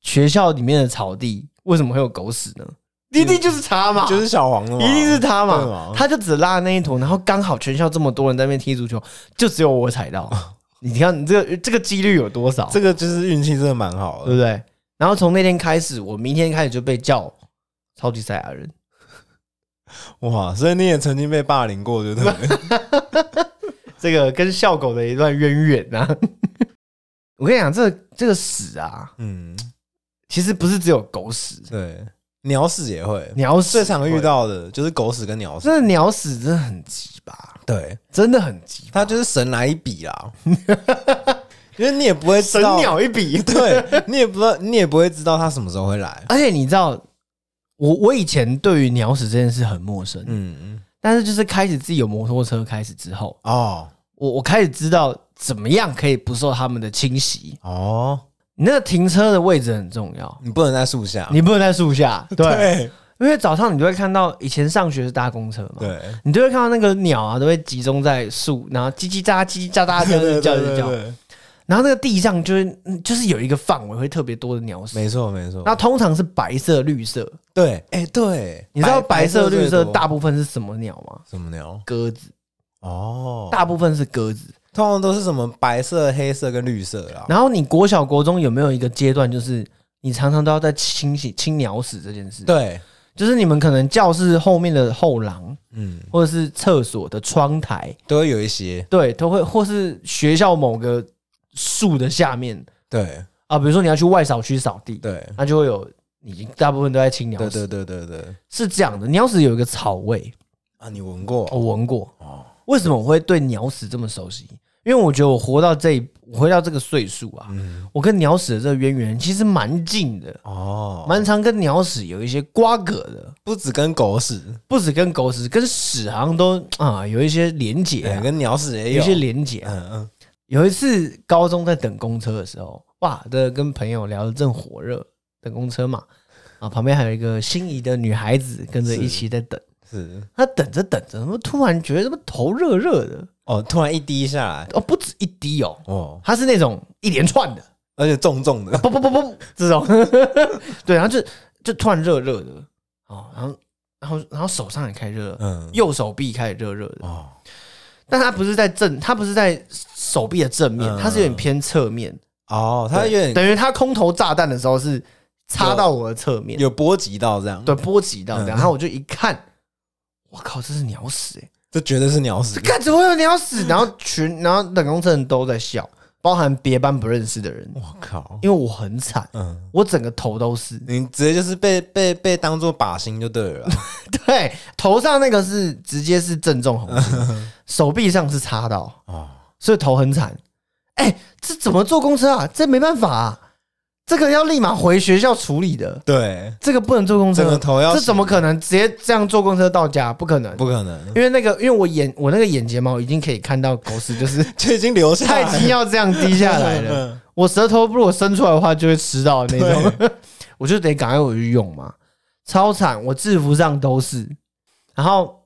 [SPEAKER 3] 学校里面的草地为什么会有狗屎呢？一定就是它嘛，
[SPEAKER 1] 就是小黄了嘛，
[SPEAKER 3] 一定是它
[SPEAKER 1] 对
[SPEAKER 3] 嘛
[SPEAKER 1] 嘛，
[SPEAKER 3] 它就只拉那一坨，然后刚好全校这么多人在那边踢足球，就只有我踩 到。你看你这个这个几率有多少？
[SPEAKER 1] 这个就是运气真的蛮好
[SPEAKER 3] 对
[SPEAKER 1] 的，
[SPEAKER 3] 不对？然后从那天开始，我明天开始就被叫超级赛亚人。
[SPEAKER 1] 哇！所以你也曾经被霸凌过，对不 对？
[SPEAKER 3] 这个跟校狗的一段渊源啊。 我跟你讲，这这个屎啊，
[SPEAKER 1] 嗯，
[SPEAKER 3] 其实不是只有狗屎，
[SPEAKER 1] 对，鸟屎也会，
[SPEAKER 3] 鸟屎
[SPEAKER 1] 最常遇，到的就是狗屎跟鸟屎，
[SPEAKER 3] 真的鸟屎真的很鸡巴，
[SPEAKER 1] 对，
[SPEAKER 3] 真的很鸡巴，
[SPEAKER 1] 它就是神来一笔 啦，因为你也不会知
[SPEAKER 3] 神
[SPEAKER 1] 道，
[SPEAKER 3] 鸟一笔。
[SPEAKER 1] 对你也不知道，你也不会知道它什么时候会来，
[SPEAKER 3] 而且你知道，我我以前对于鸟屎这件事很陌生，
[SPEAKER 1] 嗯，
[SPEAKER 3] 但是就是开始自己有摩托车开始之后，
[SPEAKER 1] 哦
[SPEAKER 3] 我我开始知道怎么样可以不受它们的侵袭。
[SPEAKER 1] 哦，
[SPEAKER 3] 你那个停车的位置很重要，
[SPEAKER 1] 你不能在树下，
[SPEAKER 3] 你不能在树 下，对，
[SPEAKER 1] 啊对
[SPEAKER 3] 因为早上你就会看到以前上学是搭公车嘛，
[SPEAKER 1] 对，
[SPEAKER 3] 你就会看到那个鸟啊，都会集中在树，然后叽叽喳叽叽喳喳这样子叫 叫
[SPEAKER 1] 对
[SPEAKER 3] 叫，
[SPEAKER 1] 对，
[SPEAKER 3] 然后那个地上就是嗯就是有一个范围会特别多的鸟屎，
[SPEAKER 1] 没错没错，
[SPEAKER 3] 那通常是白色、绿色。
[SPEAKER 1] 对，哎对，
[SPEAKER 3] 你知道白色、绿
[SPEAKER 1] 最
[SPEAKER 3] 色
[SPEAKER 1] 多
[SPEAKER 3] 大部分是什么鸟吗？
[SPEAKER 1] 什么鸟？
[SPEAKER 3] 鸽子，
[SPEAKER 1] 哦，
[SPEAKER 3] 大部分是鸽子。
[SPEAKER 1] 通常都是什么白色、黑色跟绿色啦。
[SPEAKER 3] 然后你国小、国中有没有一个阶段，就是你常常都要在清洗清鸟屎这件事？，
[SPEAKER 1] 对，
[SPEAKER 3] 就是你们可能教室后面的后廊，
[SPEAKER 1] 嗯，
[SPEAKER 3] 或者是厕所的窗台，
[SPEAKER 1] 都会有一些，
[SPEAKER 3] 对，都会，或是学校某个树的下面，
[SPEAKER 1] 对
[SPEAKER 3] 啊，比如说你要去外扫区扫地，
[SPEAKER 1] 对
[SPEAKER 3] 那就会有你大部分都在清鸟
[SPEAKER 1] 对
[SPEAKER 3] 屎，
[SPEAKER 1] 对对对对
[SPEAKER 3] 是这样的。鸟屎有一个草味，
[SPEAKER 1] 啊！你闻过？
[SPEAKER 3] 我闻过。
[SPEAKER 1] 哦
[SPEAKER 3] 为什么我会对鸟屎这么熟悉？因为我觉得我活到这一，我活到这个岁数啊，
[SPEAKER 1] 嗯
[SPEAKER 3] 我跟鸟屎的这个渊源其实蛮近的，
[SPEAKER 1] 哦，
[SPEAKER 3] 蛮常跟鸟屎有一些瓜葛的，
[SPEAKER 1] 不止跟狗屎，
[SPEAKER 3] 不止跟狗屎，跟屎好像都啊有一些连结、
[SPEAKER 1] 对，
[SPEAKER 3] 啊，
[SPEAKER 1] 跟鸟屎也
[SPEAKER 3] 有
[SPEAKER 1] 有
[SPEAKER 3] 一些连结啊、
[SPEAKER 1] 嗯嗯，
[SPEAKER 3] 有一次高中在等公车的时候，哇，这跟朋友聊得正火热，等公车嘛，啊，旁边还有一个心仪的女孩子跟着一起在等。
[SPEAKER 1] 是
[SPEAKER 3] 她等着等着，怎么突然觉得怎么头热热的？
[SPEAKER 1] 哦，突然一滴下来，
[SPEAKER 3] 哦，不止一滴哦，
[SPEAKER 1] 哦，
[SPEAKER 3] 它是那种一连串的，
[SPEAKER 1] 而且重重的，
[SPEAKER 3] 不不不不，这种， 对，然后就就突然热热的，哦，然后然后然后手上也开始热，
[SPEAKER 1] 嗯，
[SPEAKER 3] 右手臂开始热热的，
[SPEAKER 1] 哦，
[SPEAKER 3] 但它不是在正，它不是在手臂的正面，
[SPEAKER 1] 嗯
[SPEAKER 3] 它是有点偏侧面，
[SPEAKER 1] 哦，它有点
[SPEAKER 3] 等于他空投炸弹的时候是插到我的侧面，
[SPEAKER 1] 有波及到这样，
[SPEAKER 3] 对，，波及到这样，
[SPEAKER 1] 嗯
[SPEAKER 3] 然后我就一看，我靠，这是鸟屎哎、
[SPEAKER 1] 这绝对是鸟屎
[SPEAKER 3] 这，干怎么会有鸟屎？然后群，然后冷公人都在笑，包含别班不认识的人，
[SPEAKER 1] 我靠，
[SPEAKER 3] 因为我很惨，
[SPEAKER 1] 嗯，
[SPEAKER 3] 我整个头都是，
[SPEAKER 1] 你直接就是被被被当做靶心就对了啦，
[SPEAKER 3] 对，头上那个是直接是正中红 心，手臂上是插到，
[SPEAKER 1] 哦，
[SPEAKER 3] 所以头很惨。哎、这怎么坐公车啊？这没办法啊，这个要立马回学校处理的。
[SPEAKER 1] 对，
[SPEAKER 3] 这个不能坐公车，
[SPEAKER 1] 整个头要
[SPEAKER 3] 这怎么可能直接这样坐公车到家？不可能，
[SPEAKER 1] 不可能，
[SPEAKER 3] 因为那个，因为我眼我那个眼睫毛已经可以看到狗屎，就是
[SPEAKER 1] 就已经流下
[SPEAKER 3] 它
[SPEAKER 1] 来嗯
[SPEAKER 3] 已经要这样滴下来了。
[SPEAKER 1] 了，
[SPEAKER 3] 我舌头如果伸出来的话，就会吃到的那种， 我就得赶快回去用嘛，超惨！我制服上都是，然后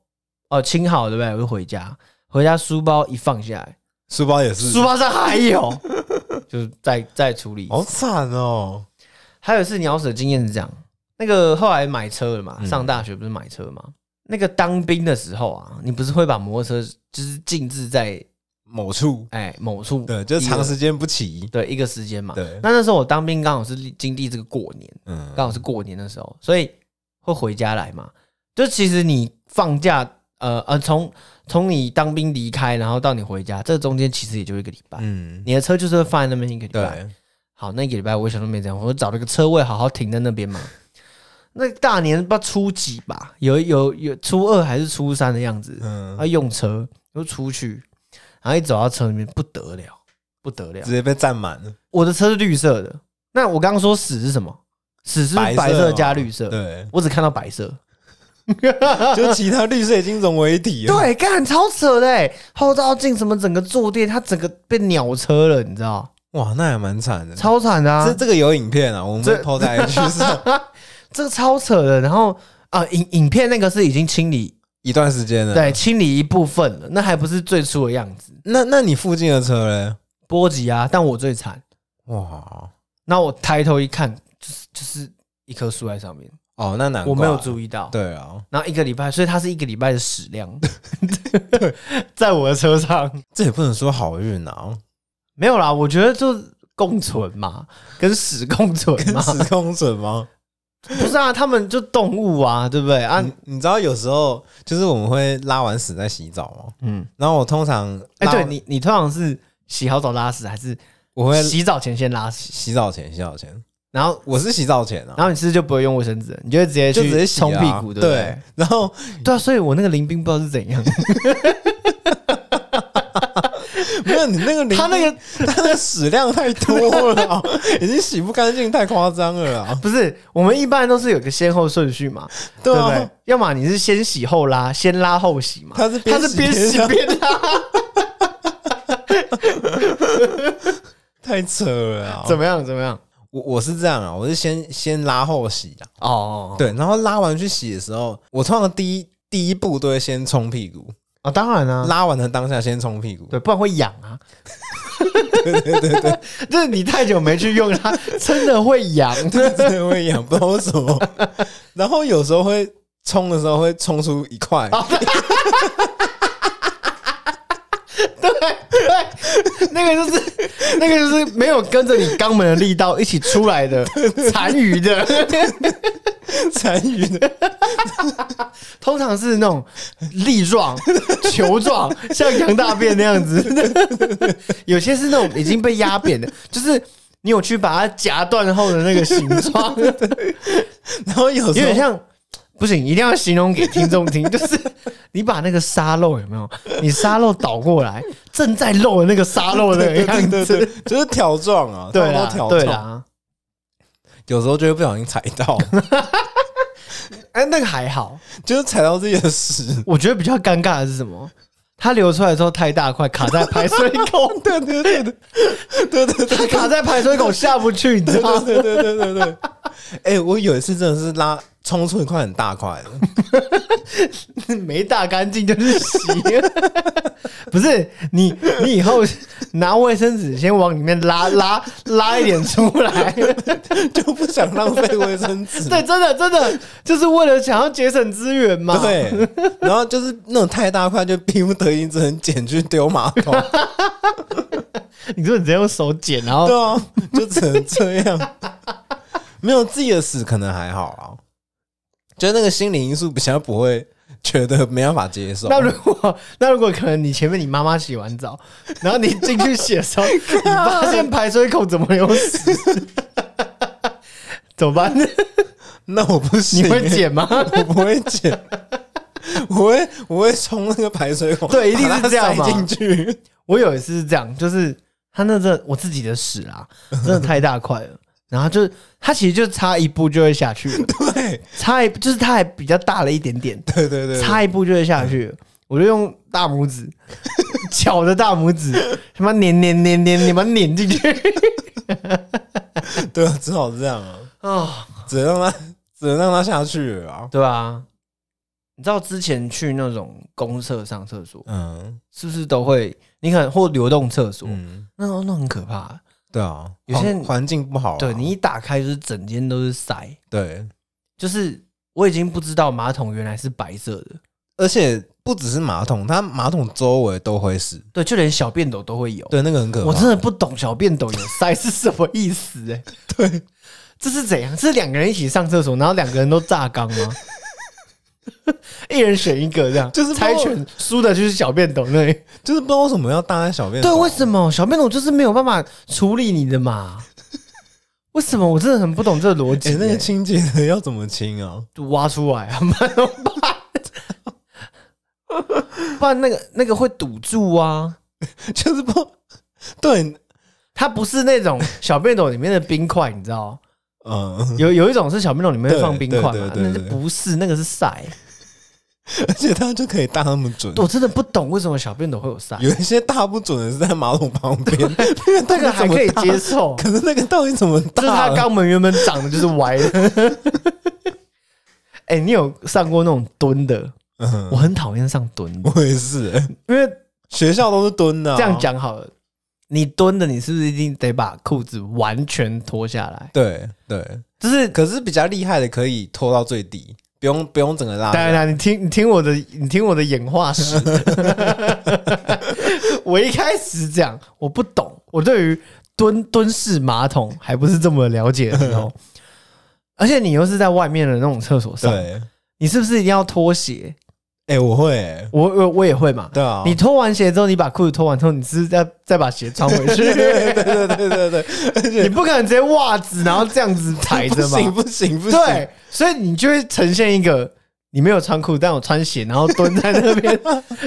[SPEAKER 3] 哦清好对不对？我就回家，回家书包一放下来，
[SPEAKER 1] 书包也是，
[SPEAKER 3] 书包上还 有，就是再再处理一次。
[SPEAKER 1] 好惨哦，
[SPEAKER 3] 还有一次鸟屎的经验是这样，那个后来买车了嘛，
[SPEAKER 1] 嗯
[SPEAKER 3] 上大学不是买车嘛？那个当兵的时候啊，你不是会把摩托车就是静置在
[SPEAKER 1] 某处，
[SPEAKER 3] 哎某处一个，
[SPEAKER 1] 对，就是长时间不骑，
[SPEAKER 3] 对一个时间嘛。
[SPEAKER 1] 对
[SPEAKER 3] 那那时候我当兵刚好是经历这个过年，
[SPEAKER 1] 嗯，
[SPEAKER 3] 刚好是过年的时候，所以会回家来嘛。就其实你放假，呃呃，从从你当兵离开，然后到你回家，这中间其实也就一个礼拜。
[SPEAKER 1] 嗯，
[SPEAKER 3] 你的车就是会放在那边一个礼拜，
[SPEAKER 1] 对，
[SPEAKER 3] 好，那一个礼拜我什么都没这样，我就找了个车位好好停在那边嘛。 那大年不知道初几吧，有有有初二还是初三的样子，
[SPEAKER 1] 嗯
[SPEAKER 3] 他，用车就出去，然后一走到车里面不得了，不得了
[SPEAKER 1] 直，接被占满了，
[SPEAKER 3] 我的车是绿色的。那我刚刚说屎是什么？屎是不是白
[SPEAKER 1] 白色
[SPEAKER 3] 色
[SPEAKER 1] 嘛
[SPEAKER 3] 加绿色，
[SPEAKER 1] 对，
[SPEAKER 3] 我只看到白色。
[SPEAKER 1] 就其他绿色已经融为一体了，
[SPEAKER 3] 对，干超扯的欸，后照镜什么整个坐垫，它整个被鸟车了，你知道？
[SPEAKER 1] 哇，那也蛮惨的。
[SPEAKER 3] 超惨的、啊。
[SPEAKER 1] 这这个有影片啊，我们会
[SPEAKER 3] 这
[SPEAKER 1] 抛在 IG 上
[SPEAKER 3] 这个超扯的。然后啊，影影片那个是已经清理，
[SPEAKER 1] 一段时间了。，
[SPEAKER 3] 对，清理一部分了，那还不是最初的样子，
[SPEAKER 1] 那那你附近的车嘞？
[SPEAKER 3] 波及啊。但我最惨，
[SPEAKER 1] 哇，
[SPEAKER 3] 那我抬头一看，就是就是一棵树在上面，
[SPEAKER 1] 哦，那难怪
[SPEAKER 3] 我没有注意到。
[SPEAKER 1] 对啊，
[SPEAKER 3] 然后一个礼拜，所以它是一个礼拜的矢 量， 在我的车上
[SPEAKER 1] 这也不能说好运啊，
[SPEAKER 3] 没有啦。我觉得就共存嘛，跟屎共存嘛，
[SPEAKER 1] 时空准吗？
[SPEAKER 3] 不是啊，他们就动物啊，对不对啊？
[SPEAKER 1] 你你知道有时候就是我们会拉完屎再洗澡吗？
[SPEAKER 3] 嗯，
[SPEAKER 1] 然后我通常
[SPEAKER 3] 哎、
[SPEAKER 1] 拉
[SPEAKER 3] 对你，你通常是洗好澡拉屎，还是
[SPEAKER 1] 我会
[SPEAKER 3] 洗澡前先拉屎？
[SPEAKER 1] 洗澡前，洗澡前，
[SPEAKER 3] 然后，
[SPEAKER 1] 我是洗澡前啊，
[SPEAKER 3] 然后你是不是就不会用卫生纸了，你就会直接
[SPEAKER 1] 就直接
[SPEAKER 3] 哎去
[SPEAKER 1] 洗啊
[SPEAKER 3] 冲屁股，对不
[SPEAKER 1] 对
[SPEAKER 3] 对？，
[SPEAKER 1] 然后
[SPEAKER 3] 对啊，所以我那个林冰不知道是怎 样，
[SPEAKER 1] 没有你那个
[SPEAKER 3] 他那个
[SPEAKER 1] 他那个屎量太多 了啊，已经洗不干净，太夸张了啊！
[SPEAKER 3] 不是我们一般都是有个先后顺序嘛，
[SPEAKER 1] 对
[SPEAKER 3] 不
[SPEAKER 1] 啊
[SPEAKER 3] 对，？要么你是先洗后拉，先拉后洗嘛，
[SPEAKER 1] 他是边
[SPEAKER 3] 他是边
[SPEAKER 1] 洗
[SPEAKER 3] 洗
[SPEAKER 1] 边
[SPEAKER 3] 边拉，
[SPEAKER 1] 太扯了啊！
[SPEAKER 3] 怎么样？怎么样？
[SPEAKER 1] 我我是这样啊，我是先先拉后洗啊，
[SPEAKER 3] 哦，
[SPEAKER 1] 对，然后拉完去洗的时候，我通常第一第一步都会先冲屁股，
[SPEAKER 3] 啊，当然啊，
[SPEAKER 1] 拉完的当下先冲屁股，
[SPEAKER 3] 对，不然会痒啊。 对对对 对，就是你太久没去用它，真的会痒。
[SPEAKER 1] 对，真的会痒，不知道为什么。然后有时候会冲的时候会冲出一 块，
[SPEAKER 3] 对，那个就是那个就是没有跟着你肛门的力道一起出来的 残余的，
[SPEAKER 1] 残余的，
[SPEAKER 3] 通常是那种粒状、 球状，像羊大便那样子。 有些是那种已经被压扁的，就是你有去把它夹断后的那个形状，
[SPEAKER 1] 然后有
[SPEAKER 3] 有
[SPEAKER 1] 时
[SPEAKER 3] 点
[SPEAKER 1] 候
[SPEAKER 3] 像。不哦行，一定要形容给听众 听，就是你把那个沙漏有没有？你沙漏倒过来，正在漏的那个沙漏的
[SPEAKER 1] 对
[SPEAKER 3] 样
[SPEAKER 1] 对对
[SPEAKER 3] 子，
[SPEAKER 1] 对，就是条状啊，
[SPEAKER 3] 对
[SPEAKER 1] 差
[SPEAKER 3] 啦
[SPEAKER 1] 不多条，
[SPEAKER 3] 对
[SPEAKER 1] 状，
[SPEAKER 3] 啦，
[SPEAKER 1] 有时候就会不小心踩到，
[SPEAKER 3] 哎，那个还好，
[SPEAKER 1] 就是踩到自己的屎。
[SPEAKER 3] 我觉得比较尴尬的是什么？它流出来之后太大块，卡在排水 孔，
[SPEAKER 1] 对对对对对对对
[SPEAKER 3] 它卡在排水孔下不去，你知道吗？
[SPEAKER 1] 对对对对对对。 哎，我有一次真的是拉冲出一块很大块的，
[SPEAKER 3] 没打干净就是洗。 不是你，你以后拿卫生纸先往里面拉拉拉一点出来。
[SPEAKER 1] 就不想浪费卫生 纸。
[SPEAKER 3] 对，真的真的就是为了想要节省资源
[SPEAKER 1] 啊
[SPEAKER 3] 嘛。，
[SPEAKER 1] 对，然后就是那种太大块，就逼不得已只能捡去丢马桶。
[SPEAKER 3] 你说你直接用手捡，然后
[SPEAKER 1] 对啊，就只能这样。没有自己的死可能还好啊，就那个心理因素比较不会觉得没办法接受。
[SPEAKER 3] 那如果那如果可能，你前面你妈妈洗完澡，然后你进去洗的 时候，你发现排水口怎么有屎，怎么办？
[SPEAKER 1] 那我不行，欸
[SPEAKER 3] 你会？剪吗？
[SPEAKER 1] 我不会剪，我会我会冲那个排水孔，
[SPEAKER 3] 对一定是这样
[SPEAKER 1] 把
[SPEAKER 3] 嘛
[SPEAKER 1] 它塞进去。
[SPEAKER 3] 我有一次是这样，就是他那阵我自己的屎 啊，真的太大块了。然后就他其实就差一步就会下去了，
[SPEAKER 1] 对
[SPEAKER 3] 差一就是他还比较大了一点点，
[SPEAKER 1] 对对对，
[SPEAKER 3] 差一步就会下去了。我就用大拇指 巧的大拇指，他妈碾碾碾碾，你们碾进去
[SPEAKER 1] 对啊，只好这样 啊，
[SPEAKER 3] 啊、
[SPEAKER 1] 只能让它只能让它下去了啊。
[SPEAKER 3] 对啊，你知道之前去那种公厕上厕所，
[SPEAKER 1] 嗯
[SPEAKER 3] 是不是都会？你可能或流动厕所，
[SPEAKER 1] 嗯，
[SPEAKER 3] 那那很可怕。
[SPEAKER 1] 对啊，
[SPEAKER 3] 有些
[SPEAKER 1] 环
[SPEAKER 3] 人
[SPEAKER 1] 环境不好啊，
[SPEAKER 3] 对你一打开就是整间都是塞，
[SPEAKER 1] 对，
[SPEAKER 3] 就是我已经不知道马桶原来是白色的，
[SPEAKER 1] 而且不只是马桶，它马桶周围都会是。
[SPEAKER 3] 对，就连小便斗都会有。
[SPEAKER 1] 对，那个很可怕。
[SPEAKER 3] 我真的不懂小便斗有塞是什么意思、 欸？对，这是怎样？是两个人一起上厕所，然后两个人都炸缸吗？ 一人选一个，这样
[SPEAKER 1] 就是不
[SPEAKER 3] 猜拳，输的就是小便斗那里。
[SPEAKER 1] 就是不知道为什么要搭在小便斗。
[SPEAKER 3] 对，为什么小便斗就是没有办法处理你的嘛？为什么我真的很不懂这个逻辑
[SPEAKER 1] 哎、
[SPEAKER 3] 欸、
[SPEAKER 1] 那个清洁的要怎么清啊？
[SPEAKER 3] 挖出来啊， 不然怎么办？不然那个那个会堵住啊。
[SPEAKER 1] 就是不对，
[SPEAKER 3] 它不是那种小便斗里面的冰块，你知道吗？
[SPEAKER 1] 嗯、
[SPEAKER 3] 有有一种是小便斗里面会放冰块嘛
[SPEAKER 1] 对，对对
[SPEAKER 3] 那
[SPEAKER 1] 对
[SPEAKER 3] 就
[SPEAKER 1] 对
[SPEAKER 3] 不是那个是塞，
[SPEAKER 1] 而且他就可以大那么准。
[SPEAKER 3] 我真的不懂为什么小便斗会有塞，
[SPEAKER 1] 有一些大不准的是在马桶旁边， 那
[SPEAKER 3] 这个
[SPEAKER 1] 个到底怎
[SPEAKER 3] 还
[SPEAKER 1] 么
[SPEAKER 3] 可以
[SPEAKER 1] 大
[SPEAKER 3] 接受，
[SPEAKER 1] 可是那个到底怎么
[SPEAKER 3] 就是
[SPEAKER 1] 大
[SPEAKER 3] 他
[SPEAKER 1] 了？
[SPEAKER 3] 肛门原本长的就是歪的。 哎、你有上过那种蹲的？
[SPEAKER 1] 嗯
[SPEAKER 3] 我很讨厌上蹲的，
[SPEAKER 1] 我也是、欸
[SPEAKER 3] 因为
[SPEAKER 1] 学校都是蹲的、啊
[SPEAKER 3] 这样，讲好了，你蹲的，你是不是一定得把裤子完全脱下来？
[SPEAKER 1] 对对。
[SPEAKER 3] 就是，
[SPEAKER 1] 可是比较厉害的可以拖到最低，不用不用整个拉
[SPEAKER 3] 当
[SPEAKER 1] 下来。
[SPEAKER 3] 然啦，你听，你听我的，你听我的演化 史。我一开始讲，我不懂，我对于蹲蹲式马桶还不是这么了解的时 候，而且你又是在外面的那种厕所上，
[SPEAKER 1] 对，
[SPEAKER 3] 你是不是一定要脱鞋？
[SPEAKER 1] 哎、我会、欸，
[SPEAKER 3] 我我我也会嘛。
[SPEAKER 1] 对啊，
[SPEAKER 3] 你脱完鞋之后，你把裤子脱完之后，你是不是再再把鞋穿回
[SPEAKER 1] 对对
[SPEAKER 3] 去，
[SPEAKER 1] 对对对对，
[SPEAKER 3] 你不可能直接袜子然后这样子踩着
[SPEAKER 1] 不
[SPEAKER 3] 嘛
[SPEAKER 1] 行？不行不行，
[SPEAKER 3] 对，所以你就会呈现一个你没有穿裤，但我穿鞋，然后蹲在那边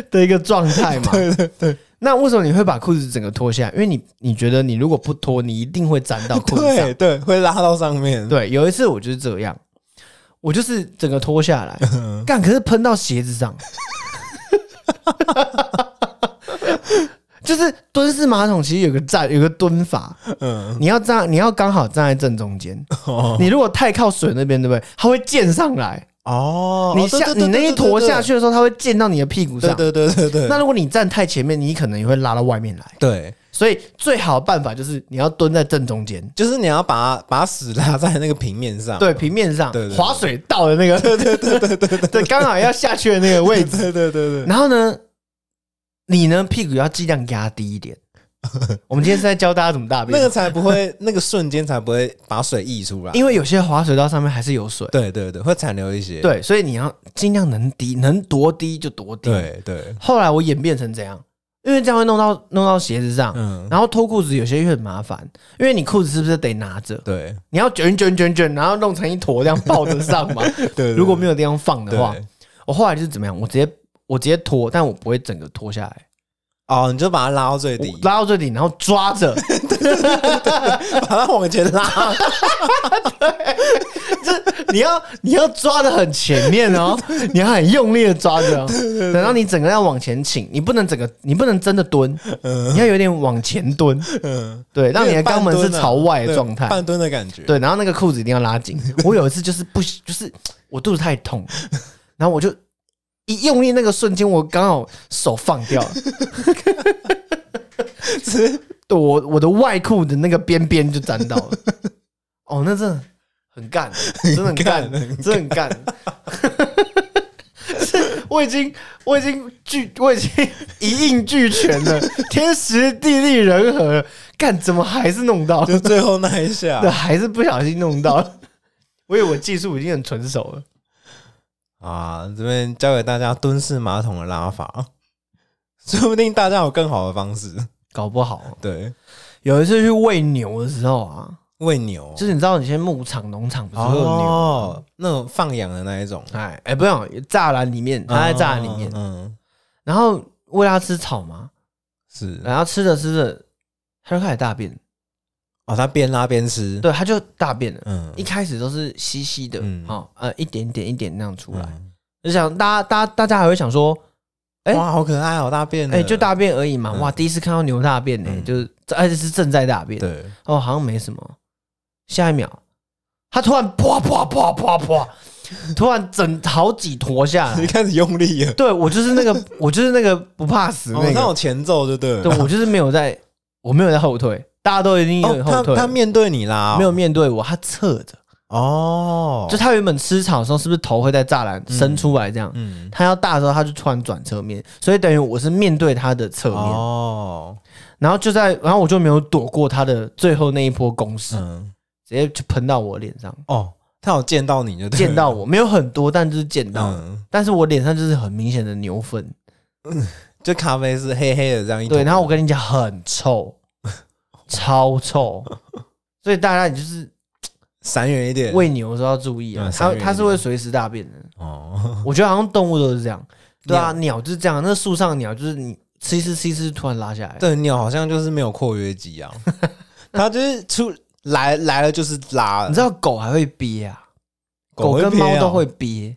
[SPEAKER 3] 的一个状态嘛。对对对。那为什么你会把裤子整个脱下来？因为你你觉得你如果不脱，你一定会沾到裤子 上
[SPEAKER 1] 对。对，会拉到上面。
[SPEAKER 3] 对，有一次我就是这样，我就是整个脱下来，干，可是喷到鞋子上， 就是蹲式马桶其实有个站，有个蹲法，
[SPEAKER 1] 嗯，
[SPEAKER 3] 你要站，你要刚好站在正中间，
[SPEAKER 1] 哦
[SPEAKER 3] 你如果太靠水那边，对不对？它会溅上来，
[SPEAKER 1] 哦，
[SPEAKER 3] 你
[SPEAKER 1] 对
[SPEAKER 3] 下
[SPEAKER 1] 对对
[SPEAKER 3] 你那一
[SPEAKER 1] 对对
[SPEAKER 3] 坨
[SPEAKER 1] 对
[SPEAKER 3] 下去的时候，它会溅到你的屁股
[SPEAKER 1] 对
[SPEAKER 3] 上。
[SPEAKER 1] 对对对对，
[SPEAKER 3] 那如果你站太前面，你可能也会拉到外面来。
[SPEAKER 1] 对，
[SPEAKER 3] 所以最好的办法就是你要蹲在正中间，
[SPEAKER 1] 就是你要把它把屎拉在那个平面上。
[SPEAKER 3] 对平面上
[SPEAKER 1] 对对对
[SPEAKER 3] 滑水道的那个，对对对对对 对，刚好要下去的那个位 置。
[SPEAKER 1] 对对对对对，
[SPEAKER 3] 然后呢，你呢屁股要尽量压低一 点。我们今天是在教大家怎么大便，
[SPEAKER 1] 那个才不会，那个瞬间才不会把水溢出来。
[SPEAKER 3] 因为有些滑水道上面还是有水，
[SPEAKER 1] 对对对，会残留一些。
[SPEAKER 3] 对，所以你要尽量能低，能多低就多低。
[SPEAKER 1] 对对，
[SPEAKER 3] 后来我演变成怎样？因为这样会弄到弄到鞋子上，
[SPEAKER 1] 嗯，
[SPEAKER 3] 然后脱裤子有些又很麻烦，因为你裤子是不是得拿着？
[SPEAKER 1] 对
[SPEAKER 3] 你要卷卷卷卷，然后弄成一坨这样抱着上嘛。
[SPEAKER 1] 对对，
[SPEAKER 3] 如果没
[SPEAKER 1] 有
[SPEAKER 3] 有地方放的话，我后来就是怎么样？我直接我直接脱，但我不会整个脱下来，
[SPEAKER 1] 哦，你就把它拉到最
[SPEAKER 3] 我
[SPEAKER 1] 底，
[SPEAKER 3] 拉到最底，然后抓着，
[SPEAKER 1] 把它往 前拉。
[SPEAKER 3] 你要你要抓的很前面哦，你要很用力的抓着哦，等到你整个要往前倾，你不能整个你不能真的蹲，你要有点往前蹲，
[SPEAKER 1] 嗯，
[SPEAKER 3] 对，让你的肛门
[SPEAKER 1] 有
[SPEAKER 3] 是
[SPEAKER 1] 点半蹲啊
[SPEAKER 3] 朝外的
[SPEAKER 1] 对
[SPEAKER 3] 状态，
[SPEAKER 1] 半蹲的感觉。
[SPEAKER 3] 对，然后那个裤子一定要拉 紧。我有一次就是不行，就是我肚子太痛，然后我就一用力那个瞬间，我刚好手放掉 了，
[SPEAKER 1] 直接
[SPEAKER 3] 对我我的外裤的那个边边就沾到 了。哦，那真的很干，真的很干，
[SPEAKER 1] 很
[SPEAKER 3] 真的很干。 是我已经，我已经俱，我已经一应俱全了，天时地利人和了，干怎么还是弄到？
[SPEAKER 1] 就最后那一下
[SPEAKER 3] 对，。还是不小心弄到了。 我以为我技术已经很纯熟了。
[SPEAKER 1] 啊，这边教给大家蹲式马桶的拉法， 说不定大家有更好的方式。
[SPEAKER 3] 搞不好
[SPEAKER 1] 对，
[SPEAKER 3] 有一次去喂牛的时候啊，
[SPEAKER 1] 喂牛，
[SPEAKER 3] 就是你知道你现在牧场、农场不是会有牛吗？
[SPEAKER 1] 哦，那种放养的那一种，
[SPEAKER 3] 哎哎，不用栅栏里面，它在栅栏里面，
[SPEAKER 1] 嗯，嗯
[SPEAKER 3] 然后喂它吃草嘛，
[SPEAKER 1] 是
[SPEAKER 3] 然后吃着吃着，它就开始大便，
[SPEAKER 1] 哦，它边拉边吃，，
[SPEAKER 3] 对，它就大便了。
[SPEAKER 1] 嗯
[SPEAKER 3] 一开始都是稀稀的，
[SPEAKER 1] 嗯
[SPEAKER 3] 好、呃，一点点一点那样出来。
[SPEAKER 1] 嗯
[SPEAKER 3] 就想大家大家大家还会想说，哎
[SPEAKER 1] 哇，好可爱哦，大便了，
[SPEAKER 3] 哎、就大便而已嘛，
[SPEAKER 1] 嗯
[SPEAKER 3] 哇，第一次看到牛大便呢、
[SPEAKER 1] 嗯
[SPEAKER 3] 就是而且是正在大便，
[SPEAKER 1] 对，
[SPEAKER 3] 哦，好像没什么。下一秒，他突然啪啪啪啪啪，突然整好几坨下
[SPEAKER 1] 你
[SPEAKER 3] 来。
[SPEAKER 1] 开始用力了，
[SPEAKER 3] 对我就是那个，我就是那个不怕死
[SPEAKER 1] 哦
[SPEAKER 3] 哦那，
[SPEAKER 1] 它
[SPEAKER 3] 个。
[SPEAKER 1] 有前奏就对了，
[SPEAKER 3] 对我就是没有在，我没有在后退，大家都已经有
[SPEAKER 1] 哦
[SPEAKER 3] 点，后
[SPEAKER 1] 它
[SPEAKER 3] 退
[SPEAKER 1] 它
[SPEAKER 3] 了，
[SPEAKER 1] 面对你拉哦，
[SPEAKER 3] 没有面对我，他侧着。
[SPEAKER 1] 哦，
[SPEAKER 3] 就他原本吃草的时候，是不是头会在栅栏伸出来这样？
[SPEAKER 1] 嗯，
[SPEAKER 3] 他要大的时候，他就突然转侧面，所以等于我是面对他的侧面，
[SPEAKER 1] 哦，
[SPEAKER 3] 然后就在，然后我就没有躲过他的最后那一波攻势，
[SPEAKER 1] 嗯，
[SPEAKER 3] 直接就喷到我脸上。
[SPEAKER 1] 哦，它有见到你 就对了
[SPEAKER 3] 见到，我没有很多，但就是见到，
[SPEAKER 1] 嗯，
[SPEAKER 3] 但是我脸上就是很明显的牛粪，
[SPEAKER 1] 就咖啡是黑黑的这样一
[SPEAKER 3] 对，
[SPEAKER 1] 桶
[SPEAKER 3] 然后我跟你讲很 臭，超臭，所以大家你就是
[SPEAKER 1] 闪远一点，
[SPEAKER 3] 喂牛的时候要注意啊
[SPEAKER 1] 嗯，
[SPEAKER 3] 它
[SPEAKER 1] 三元
[SPEAKER 3] 它是
[SPEAKER 1] 一
[SPEAKER 3] 会
[SPEAKER 1] 点
[SPEAKER 3] 随时大便的，
[SPEAKER 1] 哦，
[SPEAKER 3] 我觉得好像动物都是这样，对啊，鸟就是这样，那树上的鸟就是你吃一吃吃一吃突然拉下来，
[SPEAKER 1] 对，鸟好像就是没有括约 肌啊，它就是出来来了就是拉了，
[SPEAKER 3] 你知道狗还会憋啊，
[SPEAKER 1] 狗
[SPEAKER 3] 狗
[SPEAKER 1] 会
[SPEAKER 3] 跟
[SPEAKER 1] 憋
[SPEAKER 3] 猫
[SPEAKER 1] 啊
[SPEAKER 3] 都会憋，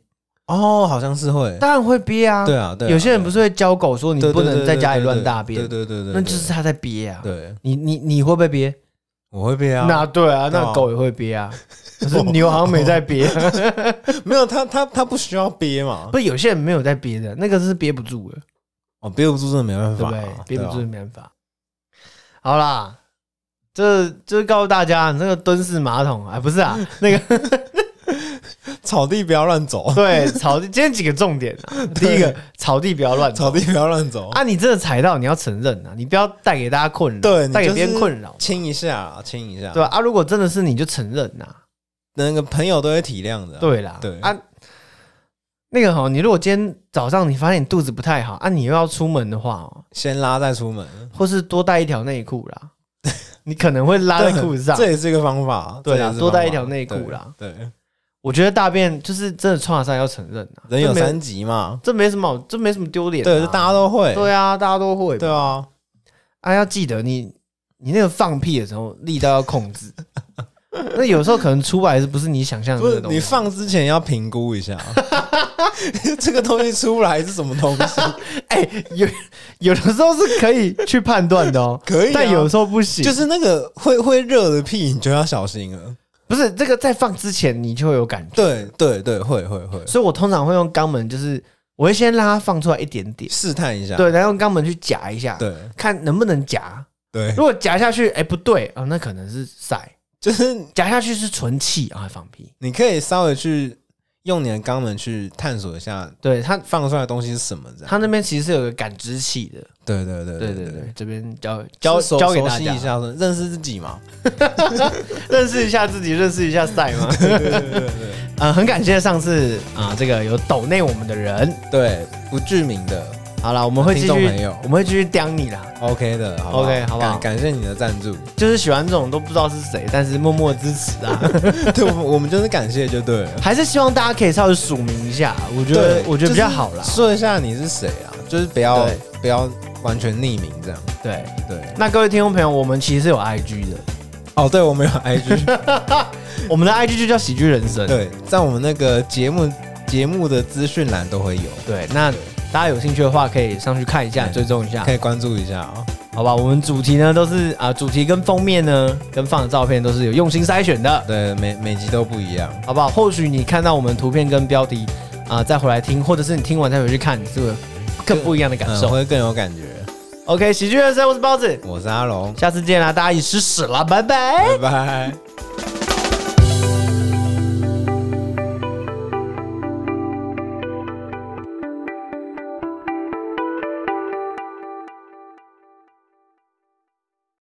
[SPEAKER 1] 哦，好像是会，
[SPEAKER 3] 当然会憋啊。
[SPEAKER 1] 对啊，对啊，
[SPEAKER 3] 有些人不
[SPEAKER 1] 是
[SPEAKER 3] 是会教狗说你不能在家里乱大便
[SPEAKER 1] 对，对对对，
[SPEAKER 3] 那就是他在憋啊。
[SPEAKER 1] 对，
[SPEAKER 3] 你你你会不会憋？
[SPEAKER 1] 我会被啊，
[SPEAKER 3] 那对啊，
[SPEAKER 1] 对啊
[SPEAKER 3] 那狗也会憋 啊。可是牛好像没在憋，
[SPEAKER 1] 没有他他他不需要憋嘛，
[SPEAKER 3] 不，有些人没有在憋的，那个是憋不住的，
[SPEAKER 1] 哦，憋不住真的没办
[SPEAKER 3] 对
[SPEAKER 1] 法
[SPEAKER 3] 不
[SPEAKER 1] 啊
[SPEAKER 3] 对，？憋不
[SPEAKER 1] 啊
[SPEAKER 3] 住没办法。好啦，这就是告诉大家，那个蹲式马桶啊，不是啊，那个
[SPEAKER 1] 啊草地不要 乱走，
[SPEAKER 3] 对草 地，今天几个重点啊，第
[SPEAKER 1] 哦对
[SPEAKER 3] 一个草地不要乱
[SPEAKER 1] 草
[SPEAKER 3] 走
[SPEAKER 1] 地不要乱走，
[SPEAKER 3] 啊，你真的踩到你要承认啊，你不要带给大家困扰，
[SPEAKER 1] 对，
[SPEAKER 3] 带给
[SPEAKER 1] 你就是
[SPEAKER 3] 别人困扰，
[SPEAKER 1] 亲一下啊，亲一下，
[SPEAKER 3] 对吧？啊，如果真的是你就承认呐，
[SPEAKER 1] 那个朋友都会体谅的啊，
[SPEAKER 3] 对啦，
[SPEAKER 1] 对
[SPEAKER 3] 啊，那个哈，你如果今天早上你发现你肚子不太好啊，你又要出门的话哦，
[SPEAKER 1] 先拉再出门，
[SPEAKER 3] 或是多带一条内裤啦， 你可能会拉在裤子上。
[SPEAKER 1] 这也是一个方法，
[SPEAKER 3] 对啊
[SPEAKER 1] 这也是
[SPEAKER 3] 多
[SPEAKER 1] 方法
[SPEAKER 3] 带一条内裤啦，
[SPEAKER 1] 对，对
[SPEAKER 3] 我觉得大便就是真的创伤要承认啊，
[SPEAKER 1] 人
[SPEAKER 3] 这
[SPEAKER 1] 有
[SPEAKER 3] 没
[SPEAKER 1] 三急嘛，
[SPEAKER 3] 这没什么好，这没什么丢脸、啊。
[SPEAKER 1] 对，这大家都会，
[SPEAKER 3] 对啊，大家都会。
[SPEAKER 1] 对
[SPEAKER 3] 啊，
[SPEAKER 1] 啊，
[SPEAKER 3] 要记得你你那个放屁的时候力道要控制。 那有时候可能出来是不是你想象的
[SPEAKER 1] 不
[SPEAKER 3] 那嗯
[SPEAKER 1] 是
[SPEAKER 3] 个东西？
[SPEAKER 1] 你放之前要评估 一下，这个东西出来是什么东 西？，
[SPEAKER 3] 哎、有有的时候是可以去判断的哦
[SPEAKER 1] 可以啊
[SPEAKER 3] 但有时候不行。
[SPEAKER 1] 就是那个会会热的屁，你就要小心了。
[SPEAKER 3] 不是这个在放之前你就会有感觉，
[SPEAKER 1] 对对对，会会会，
[SPEAKER 3] 所以我通常会用肛门，就是我会先让它放出来一点点，
[SPEAKER 1] 试探一下。
[SPEAKER 3] 对，然后用肛门去夹一下，
[SPEAKER 1] 对
[SPEAKER 3] 看能不能夹。
[SPEAKER 1] 对
[SPEAKER 3] 如，果夹下去，哎、不对啊、哦那可能是塞。
[SPEAKER 1] 就是
[SPEAKER 3] 夹下去是纯气啊，还放屁。
[SPEAKER 1] 你可以稍微去用你的肛门去探索一下
[SPEAKER 3] 对它，
[SPEAKER 1] 放出来的东西是什么，这样。
[SPEAKER 3] 它那边其实是有个感知器的。
[SPEAKER 1] 对对对
[SPEAKER 3] 对对
[SPEAKER 1] 对
[SPEAKER 3] 对，这边教
[SPEAKER 1] 交
[SPEAKER 3] 教
[SPEAKER 1] 手
[SPEAKER 3] 教给
[SPEAKER 1] 熟
[SPEAKER 3] 大
[SPEAKER 1] 悉
[SPEAKER 3] 家
[SPEAKER 1] 一，下，认识自己嘛。
[SPEAKER 3] 认识一下自己，认识一下赛嘛。
[SPEAKER 1] 对对对对对
[SPEAKER 3] 呃，很感谢上次啊、这个有抖内我们的人。
[SPEAKER 1] 对，不具名的
[SPEAKER 3] 好了，我们会继
[SPEAKER 1] 听
[SPEAKER 3] 续，
[SPEAKER 1] 众朋友
[SPEAKER 3] 我们会继续刁你啦。
[SPEAKER 1] ，OK 的好不
[SPEAKER 3] OK，好不好
[SPEAKER 1] 感感谢你的赞助，
[SPEAKER 3] 就是喜欢这种都不知道是谁，但是默默支持啊，
[SPEAKER 1] 对我们我们就是感谢就对了。
[SPEAKER 3] 还是希望大家可以稍微署名一下，我觉得
[SPEAKER 1] 对
[SPEAKER 3] 我觉得比较好啦
[SPEAKER 1] 就。是说一下你是谁啊？就是不要
[SPEAKER 3] 对
[SPEAKER 1] 不要完全匿名这样。
[SPEAKER 3] 对，
[SPEAKER 1] 对，
[SPEAKER 3] 那各位听众朋友，我们其实是有 IG 的，
[SPEAKER 1] 哦，对，我们有 IG，
[SPEAKER 3] 我们的 IG 就叫喜剧人生。
[SPEAKER 1] 对，在我们那个节目节目的资讯栏都会有，
[SPEAKER 3] 对，那大家有兴趣的话，可以上去看一下，
[SPEAKER 1] 对
[SPEAKER 3] 追踪一下
[SPEAKER 1] 可，以关注一下啊、
[SPEAKER 3] 好吧？我们主题呢都是啊、主题跟封面呢跟放的照片都是有用心筛选的，
[SPEAKER 1] 对，每每集都不一样，
[SPEAKER 3] 好不好？或许你看到我们图片跟标题啊、再回来听，或者是你听完再回去看，你是不是更不一样的感
[SPEAKER 1] 嗯
[SPEAKER 3] 受、
[SPEAKER 1] 会更有感觉。
[SPEAKER 3] o k 喜剧人生，我是包子。
[SPEAKER 1] 我是阿龙，
[SPEAKER 3] 下次见啦，大家一起吃屎啦，拜拜。
[SPEAKER 1] 拜拜。